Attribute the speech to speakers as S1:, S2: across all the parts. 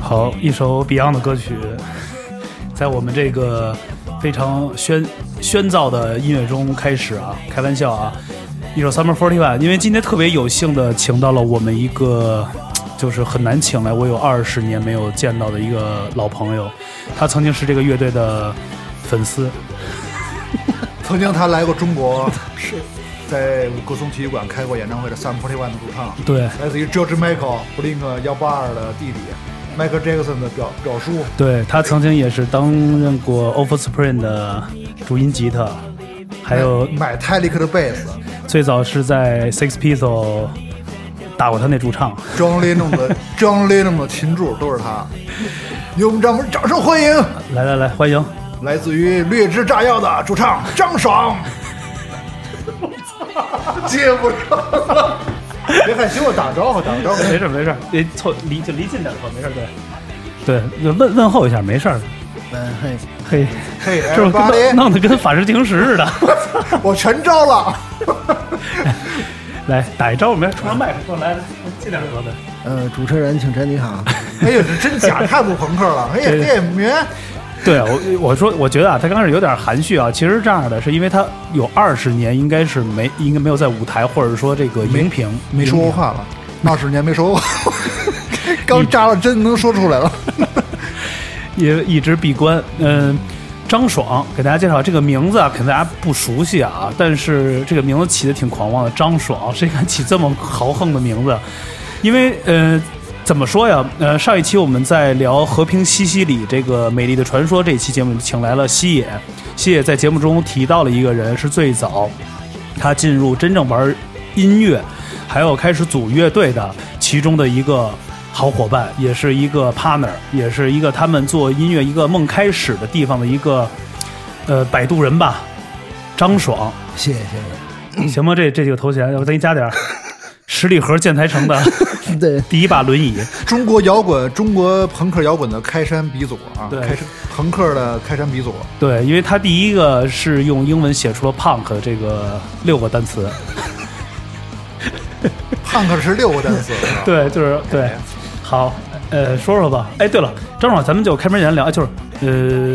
S1: 好，一首 Beyond 的歌曲，在我们这个非常喧喧噪的音乐中开始啊，开玩笑啊，一首 Summer Forty One，因为今天特别有幸的请到了我们一个，就是很难请来，我有二十年没有见到的一个老朋友，他曾经是这个乐队的粉丝，
S2: 曾经他来过中国，是在歌松体育馆开过演唱会的 Sam Forty One 的主唱，
S1: 对
S2: 来自于 George Michael Blink 幺八二的弟弟 Michael Jackson 的表表叔，
S1: 对，他曾经也是担任过 Offspring 的主音吉他，还有
S2: 买 t e l i c 的贝斯
S1: 最早是在 Six p i s t o 打过他那主唱，
S2: ，John Lennon 的 John Lennon 的琴柱都是他。由我们掌掌声欢迎
S1: 来来来，欢迎。
S2: 来自于劣质炸药的主唱张爽。接不上了，别害羞，打个招呼，打个招呼。
S1: 没事没事，离哎凑离就离近点吧，没事对。对，就问问候一下，没事儿。
S2: 嘿，
S1: 嘿，
S2: 嘿，哎
S1: 这种
S2: 巴黎
S1: 弄，弄得跟法制进行时似的。
S2: 我全招了。
S1: 来打一招呼，没事，冲着麦克风来，近点说的。
S3: 呃，主持人，请站你好。
S2: 哎呦，这真假太不朋克 了！哎呀，
S1: 对
S2: 这也没
S1: 对我我说我觉得啊，他刚开始有点含蓄啊，其实这样的是因为他有二十年应该是没应该没有在舞台或者说这个荧屏
S2: 没说过
S1: 过。
S2: 话了，二十年没说过 话，刚扎了针能说出来了。
S1: 也一直闭关。嗯，张爽给大家介绍这个名字啊，可能大家不熟悉啊，但是这个名字起的挺狂妄的。张爽，谁敢起这么豪横的名字？因为呃，怎么说呀？呃，上一期我们在聊《和平西西里》这个美丽的传说这一期节目，请来了西野。西野在节目中提到了一个人，是最早他进入真正玩音乐，还有开始组乐队的其中的一个好伙伴，也是一个 partner，也是一个他们做音乐一个梦开始的地方的一个呃摆渡人吧，张爽，
S3: 谢谢，
S1: 行吗？这这几个头衔，要不咱给加点 儿十里河建材城的
S3: 谢谢。 对，
S1: 第一把轮椅，
S2: 中国摇滚，中国朋克摇滚的开山鼻祖啊，
S1: 对
S2: 开山朋克的开山鼻 祖。
S1: 对，因为他第一个是用英文写出了 punk 这个六个单词，
S2: 胖克是六个单 词，
S1: 对，就是对，好，呃，说说吧。哎，对了，张爽，咱们就开门见山聊，哎就是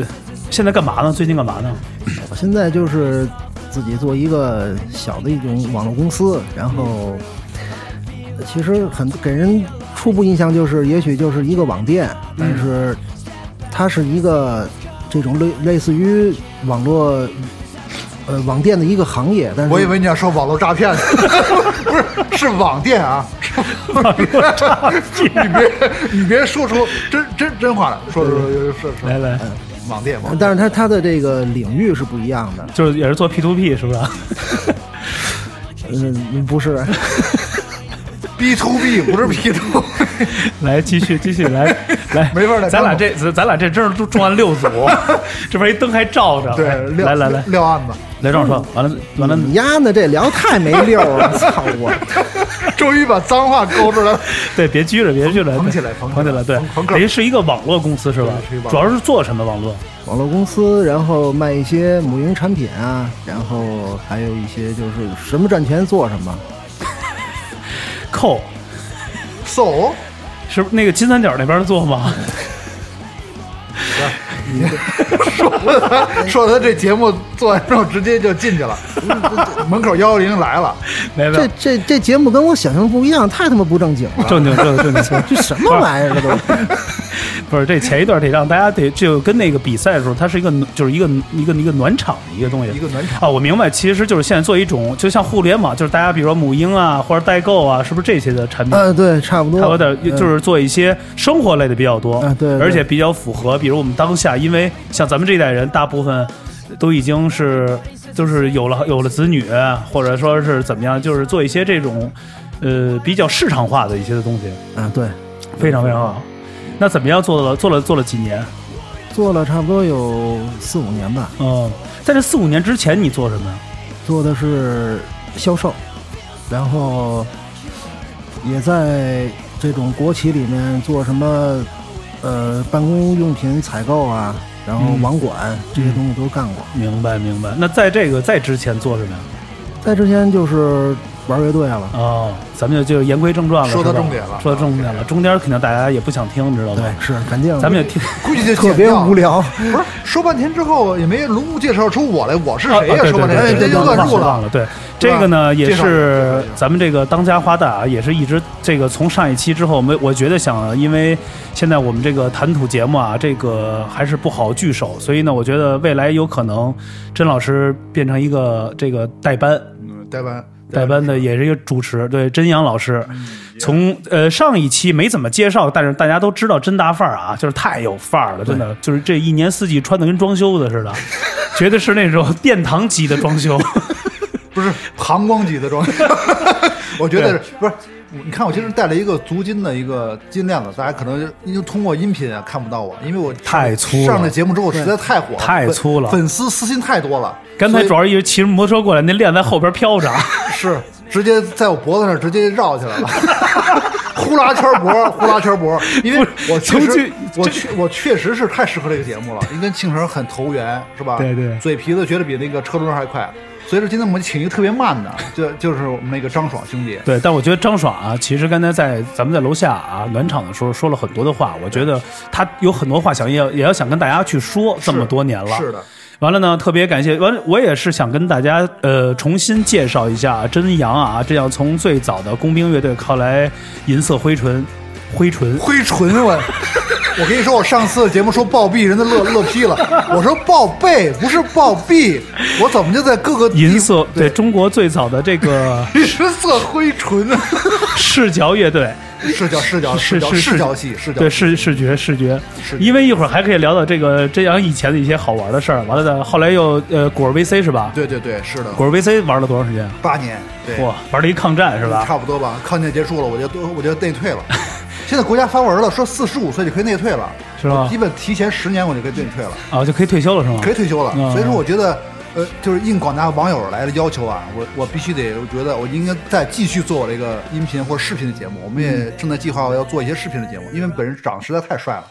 S1: 呃，现在干嘛呢？最近干嘛呢？
S3: 我现在就是自己做一个小的一种网络公司，然后呃其实很给人初步印象就是，也许就是一个网店，但
S2: 嗯
S3: 是它是一个这种类类似于网络。呃，网店的一个行业，但是
S2: 我以为你要说网络诈骗 呢，不是，是网店 啊。
S1: 哎
S2: 你别你别说出真真真话来，说出说说
S1: 来来，
S2: 网店 网店
S3: 但是它它的这个领域是不一样的。
S1: 就是也是做 P to P 是不是？啊
S3: 嗯，不是，
S2: ，B to B 不是 P to，
S1: 来，继续继续来来，
S2: 没法儿再
S1: 咱俩
S2: 看
S1: 这咱咱俩这真是都中完六 组，这边一灯还照着。哎
S2: 对，嗯
S1: 来来
S2: 撂
S1: 来
S2: 撂案子。
S1: 来，张爽，完了完了，
S3: 你丫的这聊太没溜儿了，操我！
S2: 终于把脏话勾出来了。
S1: 对，别拘着，别拘着，
S2: 捧起来
S1: 捧
S2: 捧
S1: 起
S2: 起
S1: 来，
S2: 来
S1: 对
S2: 捧，捧个
S1: 等于是一个网络公司是吧
S2: 对是一个？网络
S1: 主要是做什么网络？
S3: 网络公司，然后卖一些母婴产品啊，然后还有一些就是什么赚钱做什么。
S1: 扣
S2: So，
S1: 是不是那个金三角那边做吗？
S2: 说他这节目做完之后直接就进去了，门口幺幺零来了，
S1: 没没
S3: 这
S1: 有，
S3: 这这节目跟我想象不一样，太他妈不正经了，
S1: 正经正经正经。
S3: 啊 这什么玩意儿这都？
S1: 不是， 这前一段得让大家得就跟那个比赛的时候，它是一个就是一个一个一个暖场的一个东西，
S2: 一个暖场
S1: 啊。我明白，其实就是现在做一种，就像互联网，就是大家比如说母婴啊或者代购啊，是不是这些的产品？
S3: 呃，对，差不多。
S1: 它有点
S3: 嗯
S1: 就是做一些生活类的比较多，
S3: 啊对对
S1: 而且比较符合，比如我们当下，因为像咱们这一代人，大部分都已经是就是有了有了子女，啊或者说是怎么样，就是做一些这种呃比较市场化的一些的东西，
S3: 啊，对，
S1: 非常非常好。那怎么样做了做了做了几年？
S3: 做了差不多有四五年吧，
S1: 哦，在这四五年之前你做什么呀？
S3: 做的是销售，然后也在这种国企里面做什么，呃，办公用品采购啊，然后
S1: 嗯
S3: 网管、这些东西都干过。
S1: 明白明白。那在这个在之前做什么呀？
S3: 在之前就是玩乐队了，
S1: 哦，咱们就就言归正传了，
S2: 说到
S1: 是吧
S2: 重点了
S1: 说到重点了，中间肯定大家也不想听，知道吗
S3: 对？，是肯定。
S1: 咱们也听
S2: 估计就
S3: 特别无
S2: 聊。
S3: 聊，
S2: 不是说半天之后也没隆重介绍出我来，我是
S1: 啊
S2: 谁呀、
S1: 啊对
S2: 说半天哎
S1: 对
S2: 这
S1: 对
S2: 就
S1: 对
S2: 乱
S1: 忘
S2: 入
S1: 忘
S2: 了。啊
S1: 了。对，这个呢也
S2: 介绍一下介绍
S1: 是
S2: 一下
S1: 咱们这个当家花旦啊，也是一直这个从上一期之后，我们我觉得想，因为现在我们这个谈吐节目啊，这个还是不好聚首，所以呢，我觉得未来有可能甄老师变成一个这个代班。
S2: 嗯，代班，
S1: 代班的也是一个主持，对甄阳老师，从呃上一期没怎么介绍，但是大家都知道甄大范儿啊，就是太有范儿了，真的就是这一年四季穿的跟装修的似 的，绝对是那种殿堂级的装修。
S2: 不是膀胱级 的装饰，我觉得是不是？你看我今天带了一个足金的一个金链子，大家可能因为通过音频啊看不到我，因为我
S1: 太粗了
S2: 上这节目之后实在太火了，
S1: 太粗了
S2: 粉粉丝私信太多了。
S1: 刚才主
S2: 所
S1: 要是一骑着摩托车过来，那链在后边飘着，
S2: 以是直接在我脖子上直接绕起来了。 呼啦圈脖，呼啦圈脖，因为我确
S1: 从
S2: 实
S1: 去，
S2: 我
S1: 这
S2: 确我确实是太适合这个节目了，因为跟庆城很投缘，是吧？
S1: 对对
S2: 嘴皮子觉得比那个车轮还快，所以说今天我们请一个特别慢的，就就是我们那个张爽兄弟，
S1: 对，但我觉得张爽啊，其实刚才在咱们在楼下啊暖场的时候说了很多的话，我觉得他有很多话想也也要想跟大家去说，这么多年了。
S2: 是的，
S1: 完了呢，特别感谢完了，我也是想跟大家呃重新介绍一下真阳啊，这样从最早的工兵乐队，后来银色灰唇，灰唇。
S2: 灰唇我。我跟你说，我上次节目说暴毙，人家乐乐批了。我说报备不是暴毙，我怎么就在各个地
S1: 银色对
S2: 对
S1: 中国最早的这个
S2: 银色灰唇？
S1: 视角乐队，
S2: 视角视角
S1: 是
S2: 视角
S1: 是
S2: 视
S1: 是
S2: 角戏视角
S1: 对
S2: 戏
S1: 视视觉视觉
S2: 视，觉
S1: 因为一会儿还可以聊到这个真阳以前的一些好玩的事儿。完了呢，后来又呃果儿 VC 是吧？
S2: 对对对是的，
S1: 果儿 VC 玩了多长时间啊？
S2: 八年对
S1: 哇，玩了一抗战是吧？
S2: 差不多吧，抗战结束了，我就我就内退了。 现在国家发文了，说四十五岁就可以内退了，
S1: 是吧
S2: 我基本提前十年我就可以内退了。
S1: 啊，就可以退休了是吗？
S2: 可以退休了。
S1: 嗯
S2: 所以说，我觉得，呃，就是应广大网友来的要求啊，我我必须得，我觉得我应该再继续做我这个音频或者视频的节目。我们也正在计划要做一些视频的节目，因为本人长得实在太帅了，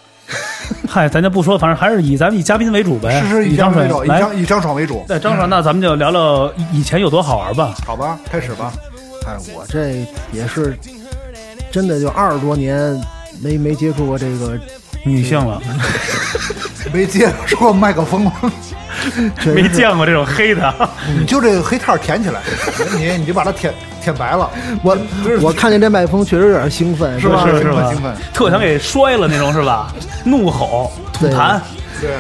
S1: 嗨，咱就不说，反正还是以咱们以嘉宾为主呗。
S2: 是是以
S1: 哎张
S2: 张
S1: 爽
S2: 爽为主，以
S1: 来，
S2: 张以张爽为主，
S1: 对张爽，那咱们就聊聊以前有多好玩吧。
S2: 好吧，开始吧。
S3: 哎，我这也是真的就二十多年没没接触过这个，
S2: 嗯
S1: 女性了，
S2: 没接触过麦克风 吗？
S3: 确
S1: 没
S3: 实是
S1: 见过这种黑的。
S2: 你就这个黑套舔起来，你你就把它舔舔白了，
S3: 我我看见这麦克风确实有点兴奋，
S2: 是吧
S1: 是
S2: 兴奋
S1: 吧
S2: 兴奋？
S1: 特想给摔了那种是吧？怒吼、吐痰，
S2: 对，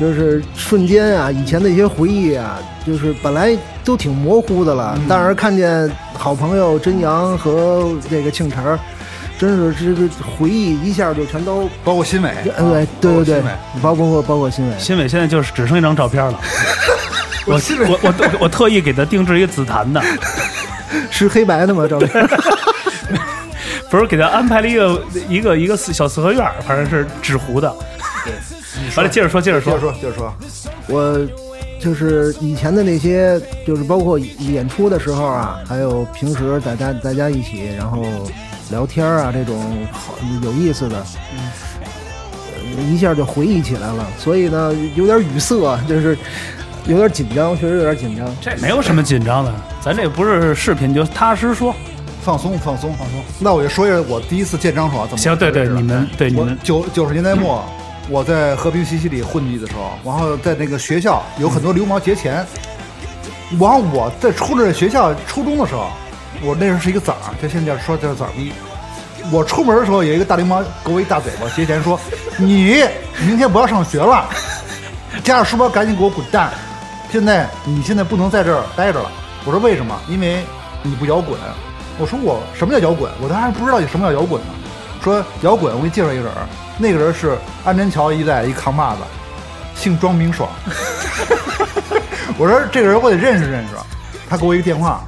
S3: 就是瞬间啊，以前的一些回忆啊，就是本来都挺模糊的了，但是看见好朋友真阳和这个庆晨儿，真是这个回忆一下就全都，
S2: 包括新伟，
S3: 哎对对对对，包括包括新伟，
S1: 新伟现在就是只剩一张照片了。
S2: 我
S1: 我
S2: 新伟
S1: 我我我我特意给他定制一个紫檀的，
S3: 是黑白的吗？照片儿
S1: 不是给他安排了一个一个一个四小四合院儿，反正是纸糊的。完了，接着说，接着
S2: 接
S1: 说
S2: 着，说接着说，
S3: 我。就是以前的那些，就是包括演出的时候啊，还有平时大家大家一起，然后聊天儿啊，这种好有意思的，呃一下就回忆起来了，所以呢，有点语塞，啊就是有点紧张，确实有点紧张。
S1: 这没有什么紧张的，咱这不是视频，就踏实说。
S2: 放松放松放松。那我就说一下我第一次见张爽怎么
S1: 行，对对，
S2: 是吧
S1: 你们对你
S2: 我
S1: 们
S2: 九九十年代末，我在和平西西里混迹的时候，然后在那个学校有很多流氓劫钱，然后我在出了学校初中的时候，我那时候是一个崽儿，就现在说叫崽儿逼。我出门的时候，有一个大流氓给我一大嘴巴，劫钱说：“你明天不要上学了，夹着书包赶紧给我滚蛋！现在你现在不能在这儿待着了。”我说：“为什么？因为你不摇滚。”我说：“我什么叫摇滚？我当时不知道什么叫摇滚呢。”说摇滚，我给你介绍一个人儿，那个人是安贞桥一带一扛把子，姓庄明爽。 我说这个人我得认识认识。他给我一个电话，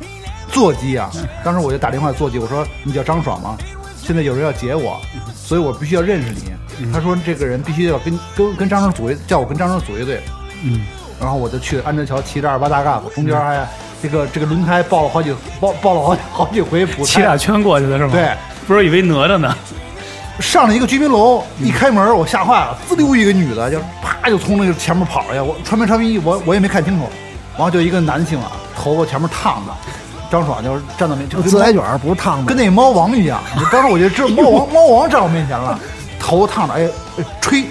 S2: 座机啊，当时我就打电话座机，我说你叫张爽吗？现在有人要劫我，所以我必须要认识你。他说这个人必须要跟跟跟张爽组一，叫我跟张爽组一队。
S1: 嗯，
S2: 然后我就去安贞桥骑着二八大杠，中间哎还这个这个轮胎爆了好几爆爆了好几好几回补胎，
S1: 骑俩圈过去的是吗？
S2: 对，
S1: 不是以为哪吒 呢？
S2: 上了一个居民楼，
S3: 嗯
S2: 一开门我吓坏了，滋溜一个女的就啪就从那个前面跑了呀，我穿没穿衣我我也没看清楚，完了就一个男性啊，头发前面烫的，张爽就是站到面就
S3: 这个
S2: 跟
S3: 自来卷儿不是烫的
S2: 跟，那猫王一样，当时我就知道猫 王猫王站我面前了，头烫着，哎，哎吹，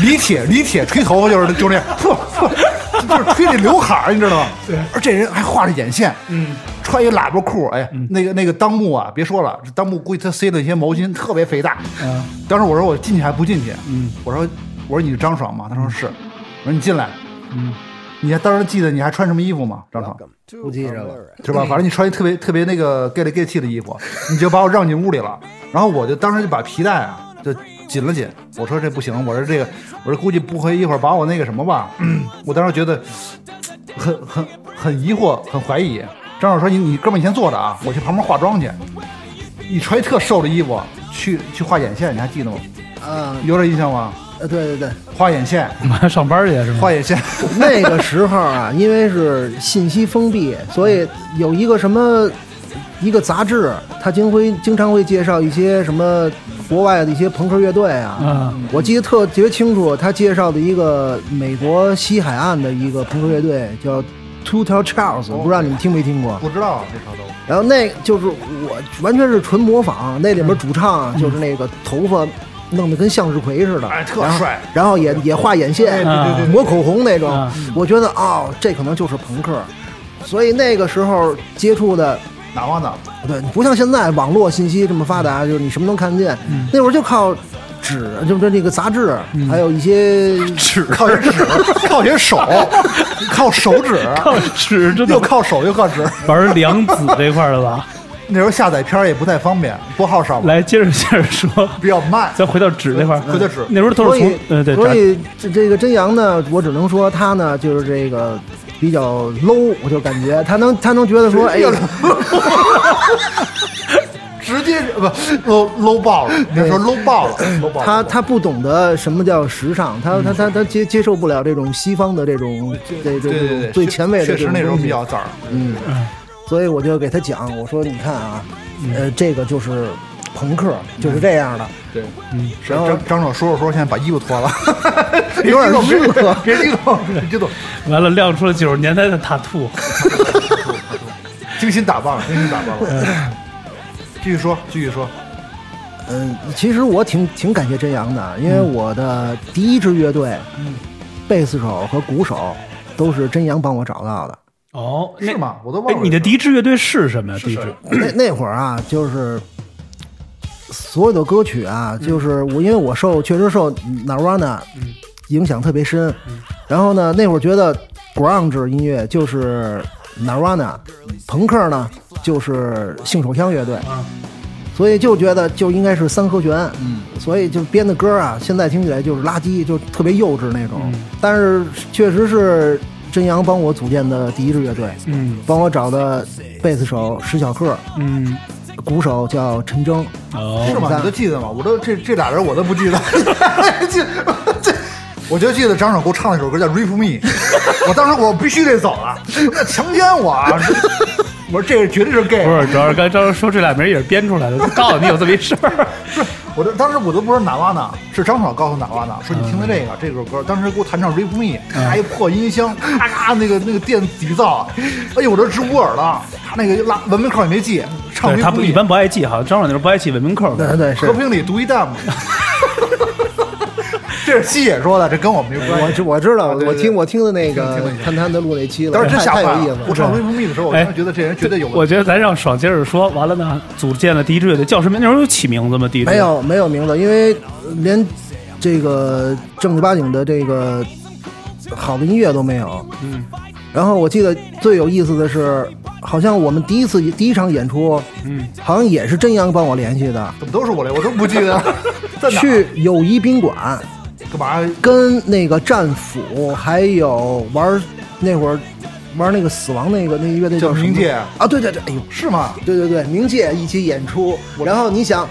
S2: 李铁李铁吹头发就是就是那样，噗噗，就是吹那刘海儿，你知道吗？对，而这人还画着眼线，嗯，穿一喇叭裤，哎，那个那个裆部啊，别说了，这裆部估计他塞了一些毛巾，特别肥大。嗯，当时我说我进去还不进去，嗯，我说我说你是张爽吗？他说是，我说你进来，嗯，你还当时记得你还穿什么衣服吗？张爽。
S3: 不记着了。
S2: 是吧？反正你穿一特别特别那个 gay 里 gay 气的衣服，你就把我让进屋里了。然后我就当时就把皮带啊就紧了紧，我说这不行，我说这个，我说估计不会一会儿把我那个什么吧。 我当时觉得很很很疑惑，很怀疑。张爽说你你哥们儿你先坐着啊，我去旁边化妆去。你穿一特瘦的衣服去去画眼线，你还记得吗？
S3: 啊，
S2: 有点印象吗？
S3: 呃对对对，
S2: 画眼线，
S1: 你们还上班去是吗？
S2: 画眼线，
S3: 那个时候啊，因为是信息封闭，所以有一个什么一个杂志，它经会经常会介绍一些什么国外的一些朋克乐队啊。
S1: 嗯，
S3: 我记得特别清楚，他介绍的一个美国西海岸的一个朋克乐队叫 Total
S2: 哦
S3: Charles，我不知道你们听没听过。
S2: 不知道啊这啥都。
S3: 然后那就是我完全是纯模仿，那里
S2: 嗯
S3: 边主唱啊就是那个头发弄得跟向日葵似的，
S2: 哎特
S3: 然后
S2: 帅
S3: 然后也也画眼
S2: 哎，
S3: 线
S2: 对，对对对，
S3: 抹口红那种
S1: 啊，
S3: 我觉得哦，这可能就是朋克，所以那个时候接触的，
S2: 哪忘哪？
S3: 对，不像现在网络信息这么发达，
S1: 嗯
S3: 就是你什么能看见，那会儿就靠纸，就是那个杂志，还有一些
S2: 指靠些指，靠些手，靠手指，啊
S1: 靠 纸 真的
S2: 又靠手又靠指。
S1: 玩量子这块儿了吧？
S2: 那时候下载片儿也不太方便，拨号上网
S1: 来，接着接着说，
S2: 比较慢。
S1: 再回到纸这块儿。
S2: 回到纸
S1: 那时候都
S3: 所
S1: 是
S3: 以
S1: 从，呃对，
S3: 所以这这个真阳呢，我只能说他呢就是这个比较 low，我就感觉他能他能觉得说，哎呀，
S2: 直接不搂搂爆了，那时候搂爆了，搂爆了。
S3: 他他不懂得什么叫时尚，他他他他接接受不了这种西方的这种这这
S2: 嗯对
S3: 这
S2: 对对，
S3: 种最前卫的
S2: 确
S3: 这
S2: 实
S3: 种
S2: 那时候
S3: 东
S2: 比
S3: 西，
S2: 较早。
S3: 嗯，所以我就给他讲，我说你看啊，
S2: 嗯
S3: 呃，这个就是朋克，就是这样的，
S2: 对，
S1: 嗯
S2: 是
S3: 然后
S2: 张张爽说着说着，现在把衣服 脱了，
S3: 有点
S2: 别激
S3: 热
S2: 动， 别激动，别激动，
S1: 完了亮出了九十年代的塔兔，
S2: 精心打扮了，精嗯心打扮了。继续说，继续说，
S3: 嗯，其实我挺挺感谢真阳的，因为
S2: 嗯
S3: 我的第一支乐队，贝斯手和鼓手都是真阳帮我找到的。
S1: 哦，那
S2: 是？吗？我都忘
S1: 哎
S2: 了，。
S1: 你的第一支乐队是什么呀？第一支
S2: 谁
S3: 那那会儿啊，就是所有的歌曲啊，就是我因为我受确实受 Nirvana 影响特别深，然后呢，那会儿觉得 grunge 音乐就是 Nirvana，朋克呢就是性手枪乐队
S1: 啊，
S3: 所以就觉得就应该是三和弦，
S2: 嗯，
S3: 所以就编的歌啊，现在听起来就是垃圾，就特别幼稚那种，
S1: 嗯
S3: 但是确实是真阳帮我组建的第一支乐队，
S1: 嗯
S3: 帮我找的贝斯手石小克。
S1: 嗯，
S3: 鼓手叫陈征，
S1: 哦，
S2: 是吗？你都记得吗？我都这这俩人我都不记得， 这这。我就记得张爽给我唱了一首歌叫《Rape Me》，我 当时我必须得走了，那强奸我啊！ 我说这个绝对是 gay，
S1: 不是，主要是刚才说这俩名儿也是编出 来的，告诉你有这么一事儿。
S2: 我这当时我都不知道哪哇呢，是张爽告诉哪哇呢，说你听听这
S1: 嗯
S2: 个、这首歌，当时给我弹唱《Rape Me》，咔一破音箱，咔咔那个那个电底噪，哎呦我这直捂耳了，他那个拉文门扣也没记，唱《
S1: 对
S2: Rape
S1: 他不
S2: Me
S1: 一》，般不爱记，好像张爽就是不爱记文明扣。
S3: 对对是
S2: 和，平里独一弹幕， 这是西野说的，这跟我没关系。
S3: 我知我知道，
S2: 对对
S3: 我听我听的那
S2: 听
S3: 个
S2: 听一下
S3: 探探的录那期了，
S2: 当时真
S3: 太
S2: 吓坏
S3: 太有意
S2: 了
S3: 思。
S2: 我
S3: 了。
S2: 唱《Rape Me》的时候，我
S1: 哎
S2: 当时觉得这人绝对有问
S1: 我
S2: 题。
S1: 觉得咱让爽接着说，完了呢，组建了第一支乐队叫什么？那时候有起名字吗？第一支
S3: 没，有没有名字，因为连这个正儿八经的这个好的音乐都没有。
S1: 嗯，
S3: 然后我记得最有意思的是，好像我们第一次第一场演出，
S1: 嗯，
S3: 好像也是真阳帮我联系的，
S2: 怎么都是我来，我都不记 得在哪儿
S3: 去友谊宾馆
S2: 干嘛？
S3: 跟那个战斧，还有玩儿那会儿玩儿那个死亡那个那乐队
S2: 叫
S3: 叫什么
S2: 冥界
S3: 啊？对对对，哎呦。
S2: 是 吗？
S3: 对对对，冥界一起演出。然后你想，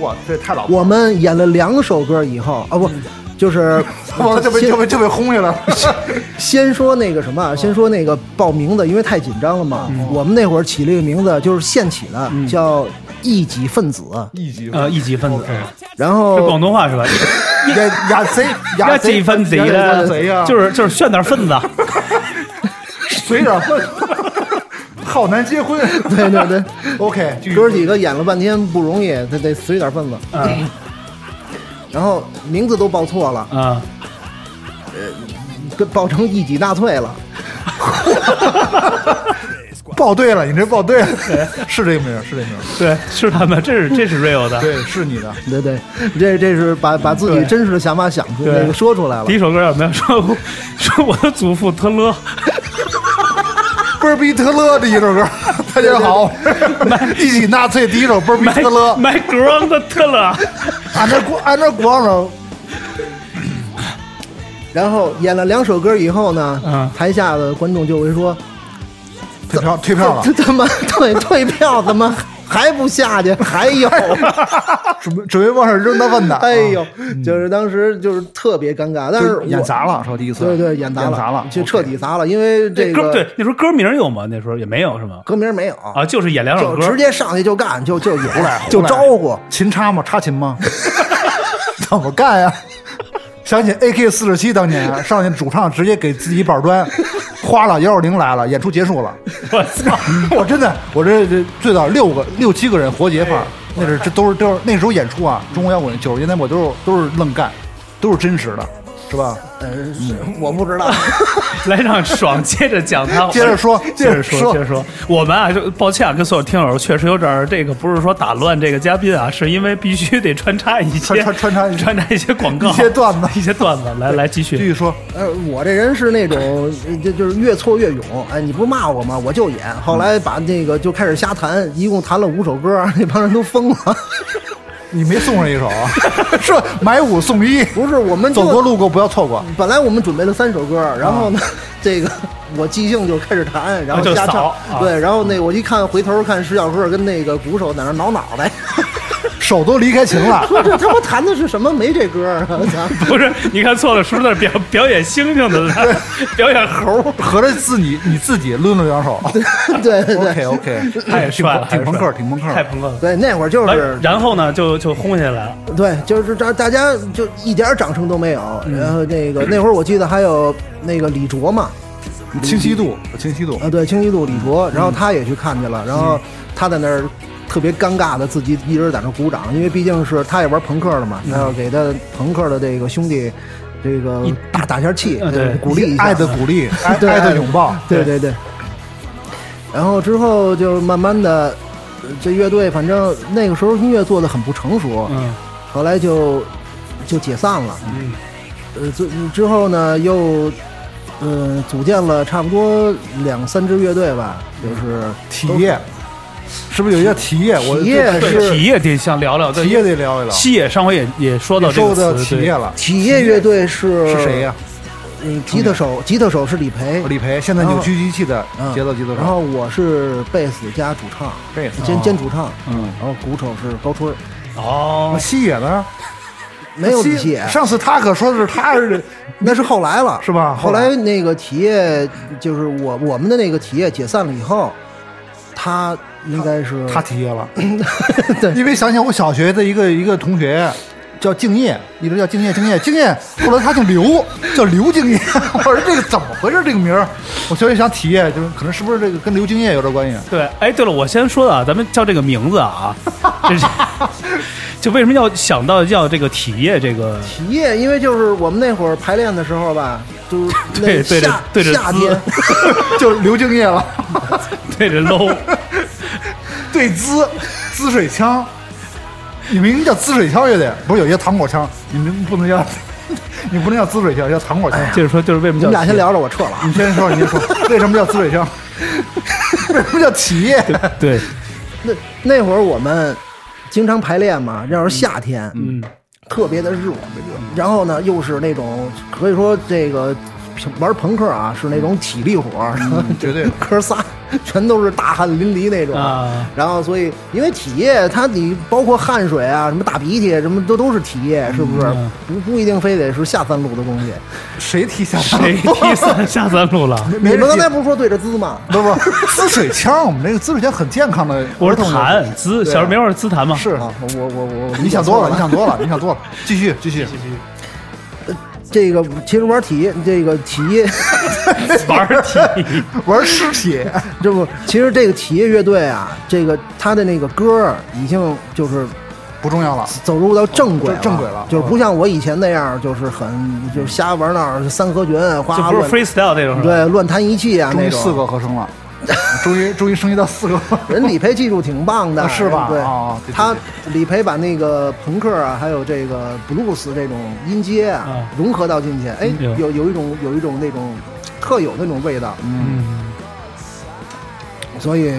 S2: 哇，这太老了。
S3: 我们演了两首歌以后啊，不，
S1: 嗯
S3: 就是
S2: 我就被就被就被轰下来 了。
S3: 先说那个什
S1: 哦
S3: 么，先说
S1: 嗯
S3: 那个报名的，因为太紧张了嘛。我们那会儿起了一个名字，就是现起的，叫异己分子，
S2: 一级
S1: 呃，一级分
S3: 哦
S1: 子，
S3: 然
S1: 这
S3: 后
S1: 广东话是吧？
S2: 也也 贼
S1: 压
S2: 也
S1: 几
S2: 贼
S1: 分子
S2: 也
S1: 了，
S2: 贼啊呀，
S1: 就是就是炫点分子，
S2: 随点混，好难结 婚。
S3: 对对对，
S2: OK，继续
S3: 哥几个演了半天不容易，得得随点份子。
S1: 嗯
S3: 然后名字都报错了，
S1: 嗯，
S3: 跟报成一己纳粹了。
S2: 报对了，你这报对了，哎是这个名儿，是这个名儿，
S1: 对，是他们，这是这是 real 的。
S2: 对，是你的。
S3: 对对，这这是把把自己
S1: 对
S3: 真实的想法想出
S1: 对
S3: 那个说出来了
S1: 第。一首歌叫什么呀？说说我的祖父特勒，
S2: 倍儿 逼特勒的一首歌，大家好， 一起纳粹第一首倍儿逼 特勒，
S1: 买 grand 特勒，
S2: 按照国按照国王手
S3: 然后演了两首歌以后呢，
S1: 嗯
S3: 台下的观众就会说
S2: 退票退票 了：“
S3: 这，怎么对 退票？怎么还不下去？还有？啊
S2: 准备准备往上扔他问的，
S3: 哎呦，就是当时就是特别尴尬。但是
S2: 嗯就演
S3: 我
S2: 砸了，说第一次，
S3: 对对，演砸
S2: 砸
S3: 了，
S2: 了，哦
S3: 就
S2: OK
S3: 彻底砸了，因为这
S1: 歌
S3: 个
S1: 对那时候歌名有吗？那时候也没有是吗？
S3: 歌名没有
S1: 啊，就是演两首
S3: 就
S1: 歌
S3: 直，接上去就干，就就
S2: 胡来
S3: 演，就招呼。
S2: 琴插吗？插琴吗？ 怎么干呀？ 想起 AK 四十七当年啊上去主唱直接给自己板砖，哗啦幺二零来了，演出结束了。
S1: 我操！
S2: 我真的，我这这最早六个六七个人活结范
S3: 哎
S2: 儿，那是这都是都是那时候演出啊，中国摇滚九十年代末都是都是愣干，都是真实的，是吧？
S3: 嗯，是我不知道，
S1: 来让爽接着讲他，
S2: 接着说
S1: 接着
S2: 哎接着说
S1: 接着说。我们啊，就抱歉啊，跟所有听友确实有点儿这个，不是说打乱这个嘉宾啊，是因为必须得穿插一些
S2: 穿穿穿插一些
S1: 穿插一些广告、
S2: 一些段子
S1: 一些段子。来来，继
S2: 继
S1: 续。
S2: 续说，
S3: 呃，我这人是那种呃就就是越挫越勇。哎，你不骂我吗？我就演。后来把那个就开始瞎弹，一共弹了五首歌， 那帮人都疯了。
S2: 你没送上一首 啊？说买五送一，
S3: 不是，我们就
S2: 走过路过不要错过。
S3: 本来我们准备了三首歌，然后呢， 这个我即兴就开始弹，然
S1: 啊
S3: 后
S1: 就
S3: 瞎唱。
S1: 扫啊
S3: 对，然后那我一看，回头看石小鹤跟那个鼓手在那儿挠脑 袋，
S2: 手都离开琴 了。
S3: 说这他妈弹的是什么？没这歌 啊！我操！
S1: 不是，你看错了，是不是在表表演猩猩的，表演猴儿？
S2: 合着自己你自己抡了两手
S3: 对对对
S2: ，OK OK，
S1: 太帅了，
S2: 挺朋克，
S1: 太帅了
S2: 挺朋克
S1: 太
S2: 的。
S1: 朋克了。
S3: 对，那会儿就
S1: 完
S3: 是，
S1: 然后呢，就就轰下来了。
S3: 对，就是大大家就一点掌声都没有。
S1: 嗯
S3: 然后那个那会儿我记得还有那个李卓嘛，
S2: 清晰度，清晰度，
S3: 啊，对，清晰度李卓，然后
S2: 嗯
S3: 他也去看去了，然后他在那儿特别尴尬的自己一人在那儿鼓掌，因为毕竟是他也玩朋克的嘛，
S2: 嗯
S3: 他要给他朋克的这个兄弟这个打打下气，
S1: 啊对
S3: 鼓励一下，
S2: 呃爱的鼓励，爱
S3: 对
S2: 爱的拥抱，
S3: 对对对。然后之后就慢慢的，呃这乐队反正那个时候音乐做的很不成熟，
S1: 嗯
S3: 后来就就解散了。
S1: 嗯，
S3: 呃，之之后呢，又呃组建了差不多两三支乐队吧，就是
S2: 嗯体液，是不是有一个体液？我
S3: 体液
S2: 对
S3: 是
S1: 体液得想聊聊，对
S2: 体液得聊一聊。
S1: 西野上回也也说到
S2: 你
S1: 这个
S2: 说
S1: 词
S2: 到，体
S1: 对
S2: 液了，
S3: 企业乐队是
S2: 是谁呀？哦
S3: 嗯吉他手，吉他手是李培，
S2: 李培，现在扭曲机器的
S3: 嗯
S2: 节奏节奏手。
S3: 然后我是贝斯加主唱，
S2: 贝斯
S3: 兼
S2: 哦
S3: 兼主唱，
S2: 嗯，
S3: 然后鼓手是高春儿，
S1: 哦
S2: 那，西野呢？
S3: 没有李
S2: 西
S3: 谢，
S2: 上次他可说是他是
S3: 那是后来了，
S2: 是吧？
S3: 后来那个企业就是我我们的那个企业解散了以后，他应该是
S2: 他体液了，
S3: 对
S2: 嗯 因为想想我小学的一个一个同学叫敬业，一直叫敬业敬业敬业，后来他姓刘，叫刘敬业。 我说这个怎么回事？这个名儿，我小学想体验，就是可能是不是这个跟刘敬业有点关系？
S1: 对，哎，对了，我先说的啊，咱们叫这个名字啊，这是 就为什么要想到叫这个体液这个？
S3: 企业，因为就是我们那会儿排练的时候 吧，就是那
S1: 对对着
S3: 夏
S1: 对着
S3: 夏
S1: 滋
S3: 天，
S2: 就刘敬业了，
S1: 对着 low，
S2: 对滋滋水枪，你明明叫滋水枪乐队，不是有一个糖果枪，你们不能叫， 你不能叫滋水枪，叫糖果枪。
S1: 接着说，就是为什么
S3: 你
S1: 叫
S3: 们俩先聊着，我撤了啊。
S2: 你先说，你先说，为什么叫滋水枪？ 为什么叫体液？
S1: 对，
S3: 那那会儿我们经常排练嘛，要是夏天，
S1: 嗯，
S3: 特别的热，然后呢又是那种
S1: 嗯
S3: 可以说这个玩朋克啊是那种体力活儿，
S2: 绝对的
S3: 哥仨全都是大汗淋漓那种。
S1: 啊，
S3: 然后，所以因为体液，它你包括汗水啊，什么打鼻涕，什么都都是体液，是不是？
S1: 嗯
S3: 不不一定非得是下三路的东西。
S2: 谁踢下场？
S1: 谁踢三 下三路了？
S2: 没
S3: 你
S2: 人
S3: 们刚
S2: 踢
S3: 才不是说对着滋吗？
S2: 不不，滋水枪，我们这个滋水枪很健康的
S1: 我
S2: 儿
S1: 是
S2: 童游戏。
S1: 痰，滋，小时候没玩儿滋痰嘛。
S2: 是，
S3: 啊，我我我我，
S2: 你想多了，你想多了，你想多了。继续，继续。
S3: 这个其实玩体液，这个体液，
S1: 玩儿踢，
S2: 玩尸体，
S3: 这不，其实这个体液乐队啊，这个他的那个歌儿已经就是
S2: 不重要了。
S3: 走入到哦正轨了，
S2: 正正轨了
S3: 就是不像我以前那样，就是很就是瞎玩那儿三合拳，
S1: 就
S3: 哗
S1: 不是
S3: 乱
S1: freestyle 那种是吧？
S3: 对乱弹一气啊
S2: 终
S3: 那
S2: 于四
S3: 种。
S2: 个合声了，终于终于升级到四个。
S3: 人李培技术挺棒的，
S2: 啊是吧
S3: 对，
S2: 啊对对
S3: 他
S2: 对
S3: 李培把那个朋克啊，还有这个布鲁斯这种音阶啊，
S1: 啊
S3: 融合到进去，哎，
S1: 嗯
S3: 有有一种有一种那种特有那种味道，
S1: 嗯，
S3: 所以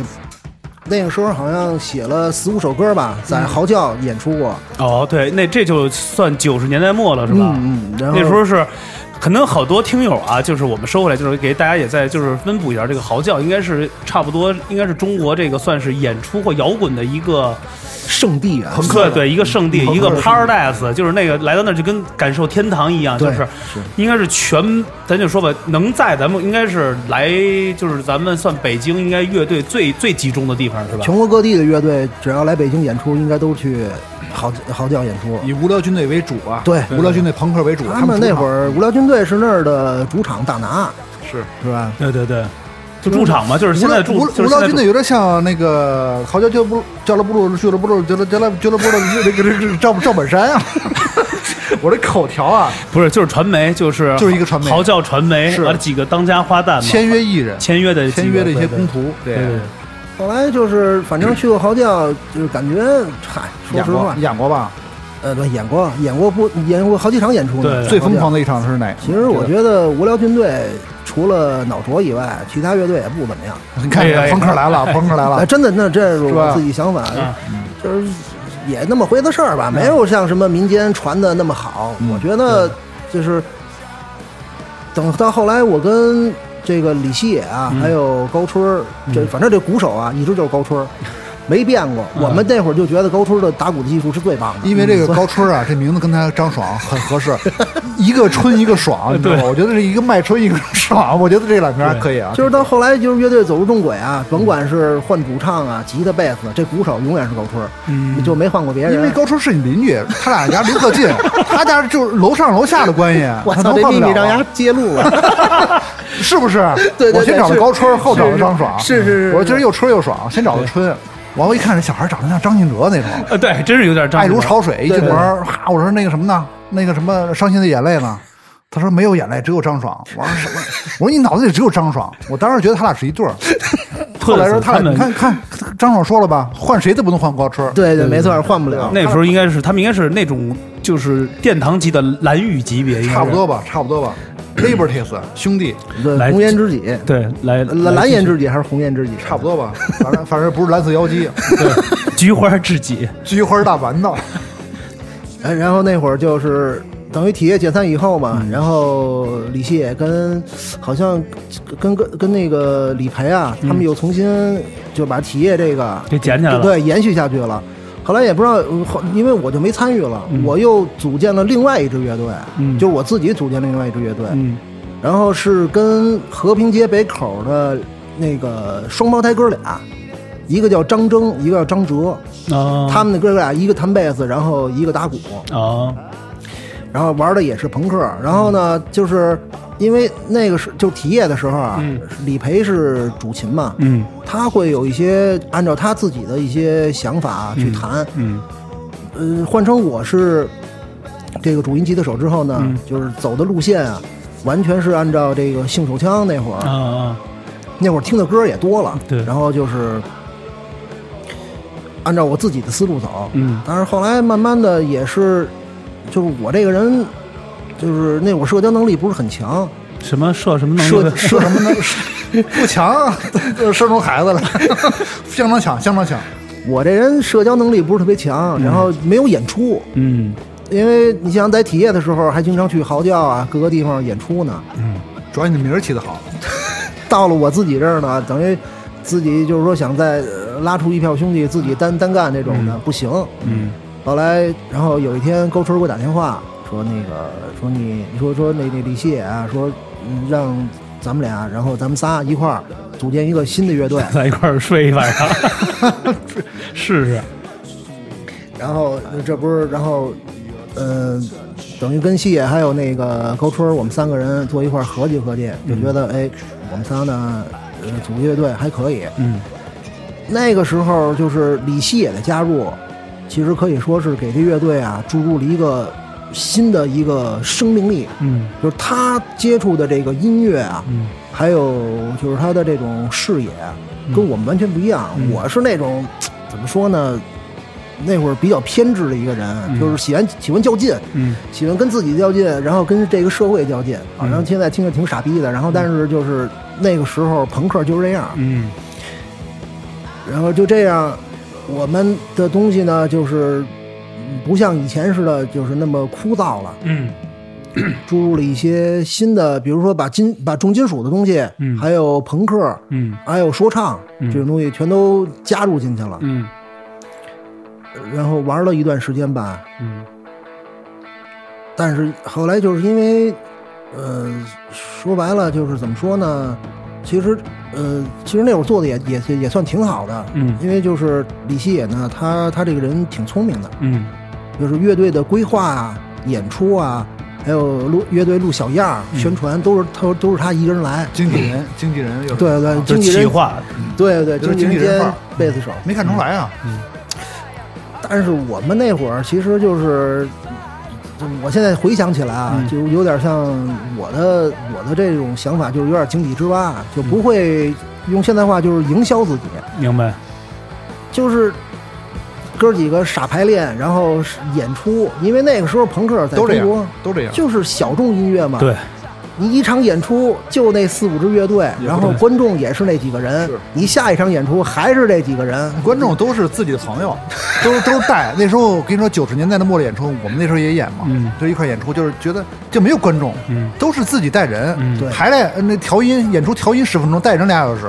S3: 那个时候好像写了十五首歌吧，在嚎叫演出过，
S1: 哦，对，那这就算九十年代末了，是吧？
S3: 嗯嗯，然后
S1: 那时候是，可能好多听友啊，就是我们收回来，就是给大家也在就是温补一下这个嚎叫，应该是差不多，应该是中国这个算是演出或摇滚的一个
S3: 圣地啊，
S1: 对对一个圣地，
S3: 朋
S1: 一
S3: 克
S1: 个
S3: 嗯的
S1: paradise，就是那个来到那儿就跟感受天堂一样，就
S3: 对
S1: 是
S3: 是
S1: 应该是全，咱就说吧，能在咱们应该是来就是咱们算北京应该乐队最最集中的地方是吧？
S3: 全国各地的乐队只要来北京演出，应该都去嚎嚎叫演出。
S2: 以无聊军队为主啊，
S3: 对
S2: 无聊军队朋克为主。
S3: 他们那会
S2: 儿
S3: 儿无聊军队是那儿的主场大拿，
S2: 是
S3: 是吧？
S1: 对对对，就驻场嘛，就是现在驻
S2: 无
S1: 就
S2: 聊
S1: 是
S2: 无聊
S1: 现在
S2: 军
S1: 驻
S2: 队有点像那个嚎叫俱乐部俱乐部俱乐部俱乐俱乐俱乐部的那个那个赵赵本山啊， 我这口条啊，
S1: 不是就是传媒，就是
S2: 就是一个传媒
S1: 嚎叫传媒，完了几个当家花旦嘛，
S2: 签约艺人，
S1: 签约的几个
S2: 签约的一些
S1: 对对
S2: 工徒，
S1: 对嗯对对，
S3: 后来就是反正去过嚎叫，就是感觉嗨，说
S2: 演
S3: 实
S2: 过
S3: 话，
S2: 演过吧？
S3: 呃，对，演过演过不演过好几场演出呢。
S1: 对
S2: 最疯狂。的一场是哪？
S3: 其实我觉得无聊军队除了脑浊以外，其他乐队也不怎么样。
S2: 你看
S1: 哎哎
S2: 朋克来了，朋克来
S3: 哎，
S2: 了，
S3: 真的，那
S2: 啊
S3: 这是
S2: 是
S3: 我
S2: 吧
S3: 自己想法，
S1: 啊
S3: 就是也那么回子事儿吧，没有像什么民间传的那么好。
S2: 嗯
S3: 我觉得就是等到后来，我跟这个李希野啊，
S1: 嗯
S3: 还有高春儿，这
S1: 嗯
S3: 反正这鼓手啊，一直就是高春儿，没变过。
S1: 嗯
S3: 我们那会儿就觉得高春儿的打鼓技术是最棒的，
S2: 因为这个
S3: 嗯
S2: 高春啊，这名字跟他张爽很合适，一个春一个爽，你知道吗？
S1: 对
S2: 我觉得是一个卖春一个爽，我觉得这两边
S1: 对
S2: 可以啊。
S3: 就是到后来，就是乐队走入正轨啊，甭管是换主唱啊、吉他、贝斯，这鼓手永远是高春儿，
S1: 嗯，
S3: 就没换过别人。
S2: 因为 高春是你邻居，他俩家离特近，他家就是楼上楼下的关系，
S3: 我
S2: 那
S3: 操，
S2: 能
S3: 这
S2: 换
S3: 秘
S2: 不
S3: 密
S2: 了
S3: 让
S2: 啊
S3: 人家揭露了。
S2: 是不是？
S3: 对对
S2: 我先找了
S3: 是
S2: 高春，后找了
S3: 是
S2: 张爽，
S3: 是是是是
S2: 我说今儿又春又爽，先找个春。完我一看这小孩长得像张信哲那种，
S1: 呃，对，真是有点张
S2: 爱
S1: 信哲
S2: 如潮水。一进门，哈，我说那个什么呢？那个什么伤心的眼泪呢？他说没有眼泪，只有张爽。我说什么？ 我说你脑子里只有张爽。我当时觉得他俩是一对儿。后
S1: 特
S2: 来说
S1: 色
S2: 他俩，
S1: 们
S2: 你看看张爽说了吧，换谁都不能换高春。
S3: 对对，没错，换不了。
S1: 那时候应该是他们应该是那种就是殿堂级的蓝雨级别，应该是
S2: 差不。多吧，差不多吧。Liberties 兄弟，
S3: 对
S1: 来
S3: 呃红颜知己，
S1: 对，来
S3: 蓝蓝颜知己还是红颜知己？啊
S2: 差不多吧。反正反正不是蓝色妖姬，
S1: 对菊花知己，
S2: 菊花大丸子。
S3: 哎，然后那会儿就是等于体液解散以后
S1: 嗯
S3: 嘛，然后李希也跟好像跟跟跟那个李培啊，他们又重新就把体液这个
S1: 给捡起嗯来了。
S3: 对延续下去了。后来也不知道，呃后因为我就没参与了，
S1: 嗯
S3: 我又组建了另外一支乐队，
S1: 嗯
S3: 就是我自己组建了另外一支乐队，
S1: 嗯，
S3: 然后是跟和平街北口的那个双胞胎哥俩，一个叫张征，一个叫张哲，
S1: 哦，
S3: 他们的哥俩一个弹贝斯，然后一个打鼓，
S1: 哦，
S3: 然后玩的也是朋克。然后呢，就是因为那个是就体液的时候啊，
S1: 嗯
S3: 李培是主琴嘛，
S1: 嗯
S3: 他会有一些按照他自己的一些想法去弹。
S1: 嗯
S3: 呃，换成我是这个主音吉他手之后呢，
S1: 嗯
S3: 就是走的路线啊，完全是按照这个性手枪那会儿，
S1: 啊啊，
S3: 那会儿听的歌也多了，
S1: 对
S3: 然后就是按照我自己的思路走，
S1: 嗯
S3: 但是后来慢慢的也是，就是我这个人，就是那会儿社交能力不是很强，
S1: 什么社什么能
S3: 社
S1: 力？
S3: 社
S2: 什么呢？不强啊，生出孩子来，相当强，相当强。
S3: 我这人社交能力不是特别强，然后没有演出，
S1: 嗯
S3: 因为你想在体验的时候还经常去嚎叫啊各个地方演出呢，
S1: 嗯
S2: 主要你的名儿起得好，
S3: 到了我自己这儿呢，等于自己就是说想再呃拉出一票兄弟自己单单干这种的、
S1: 嗯
S3: 不行。
S1: 嗯，
S3: 后来，然后有一天勾春给我打电话说那个说你你说说那那李谢啊说嗯让咱们俩，然后咱们仨一块儿组建一个新的乐队
S1: 在一块儿睡一晚 上，试试。
S3: 然后这不是然后嗯、呃等于跟谢还有那个勾春我们三个人坐一块儿合计合计，就觉得、哎我们仨呢呃组乐队还可以，
S1: 嗯
S3: 那个时候就是李谢的加入，其实可以说是给这乐队啊注入了一个新的一个生命力。
S1: 嗯
S3: 就是他接触的这个音乐啊，
S1: 嗯
S3: 还有就是他的这种视野，跟我们完全不一样。
S1: 嗯
S3: 我是那种怎么说呢？那会儿比较偏执的一个人，就是喜欢喜欢较劲，
S1: 嗯
S3: 喜欢跟自己较劲，然后跟这个社会较劲。
S1: 嗯
S3: 反正现在听着挺傻逼的，然后但是就是那个时候朋克就是这样，
S1: 嗯
S3: 然后就这样，我们的东西呢，就是嗯不像以前似的，就是那么枯燥了，
S1: 嗯
S3: 注入了一些新的，比如说把金把重金属的东西，
S1: 嗯
S3: 还有朋克，
S1: 嗯
S3: 还有说唱、
S1: 嗯
S3: 这种东西，全都加入进去了。
S1: 嗯
S3: 然后玩了一段时间吧，
S1: 嗯
S3: 但是后来就是因为，呃，说白了就是怎么说呢？其实，呃，其实那会儿做的也也也算挺好的，
S1: 嗯
S3: 因为就是李希野呢，他他这个人挺聪明的，
S1: 嗯
S3: 就是乐队的规划啊、演出啊，还有录乐队录小样儿、
S1: 嗯
S3: 宣传，都是他都是他一个人来。
S2: 经纪人，经纪人有
S3: 对对，
S1: 就
S3: 经纪
S1: 企
S3: 人，
S1: 划，
S3: 对对，
S2: 就是
S3: 经纪
S2: 经纪人
S3: 人
S2: 范
S3: 兼
S2: 儿
S3: 贝斯手。
S2: 没看出来啊，
S3: 但是我们那会儿其实就是，就我现在回想起来啊，
S1: 嗯
S3: 就有点像我的我的这种想法，就是有点井底之蛙，啊就不
S2: 嗯
S3: 会用现代话就是营销自己，
S1: 明白？
S3: 就是。哥几个傻排练，然后演出，因为那个时候朋克在
S2: 都这
S3: 中国
S2: 样，都这样。
S3: 就是小众音乐嘛。
S1: 对，
S3: 你一场演出就那四五支乐队，
S2: 也不
S3: 然后
S1: 对
S3: 观众也是那几个人
S2: 是，
S3: 你下一场演出还是这几个人，
S2: 观众都是自己的朋 友，都都带。那时候我跟你说，九十年代的末的演出，我们那时候也演嘛，
S1: 嗯
S2: 就一块儿演出，就是觉得就没有观众，
S1: 嗯
S2: 都是自己带人，
S1: 嗯
S3: 对
S2: 排练呃那调音演出调音十分钟，带人俩小时，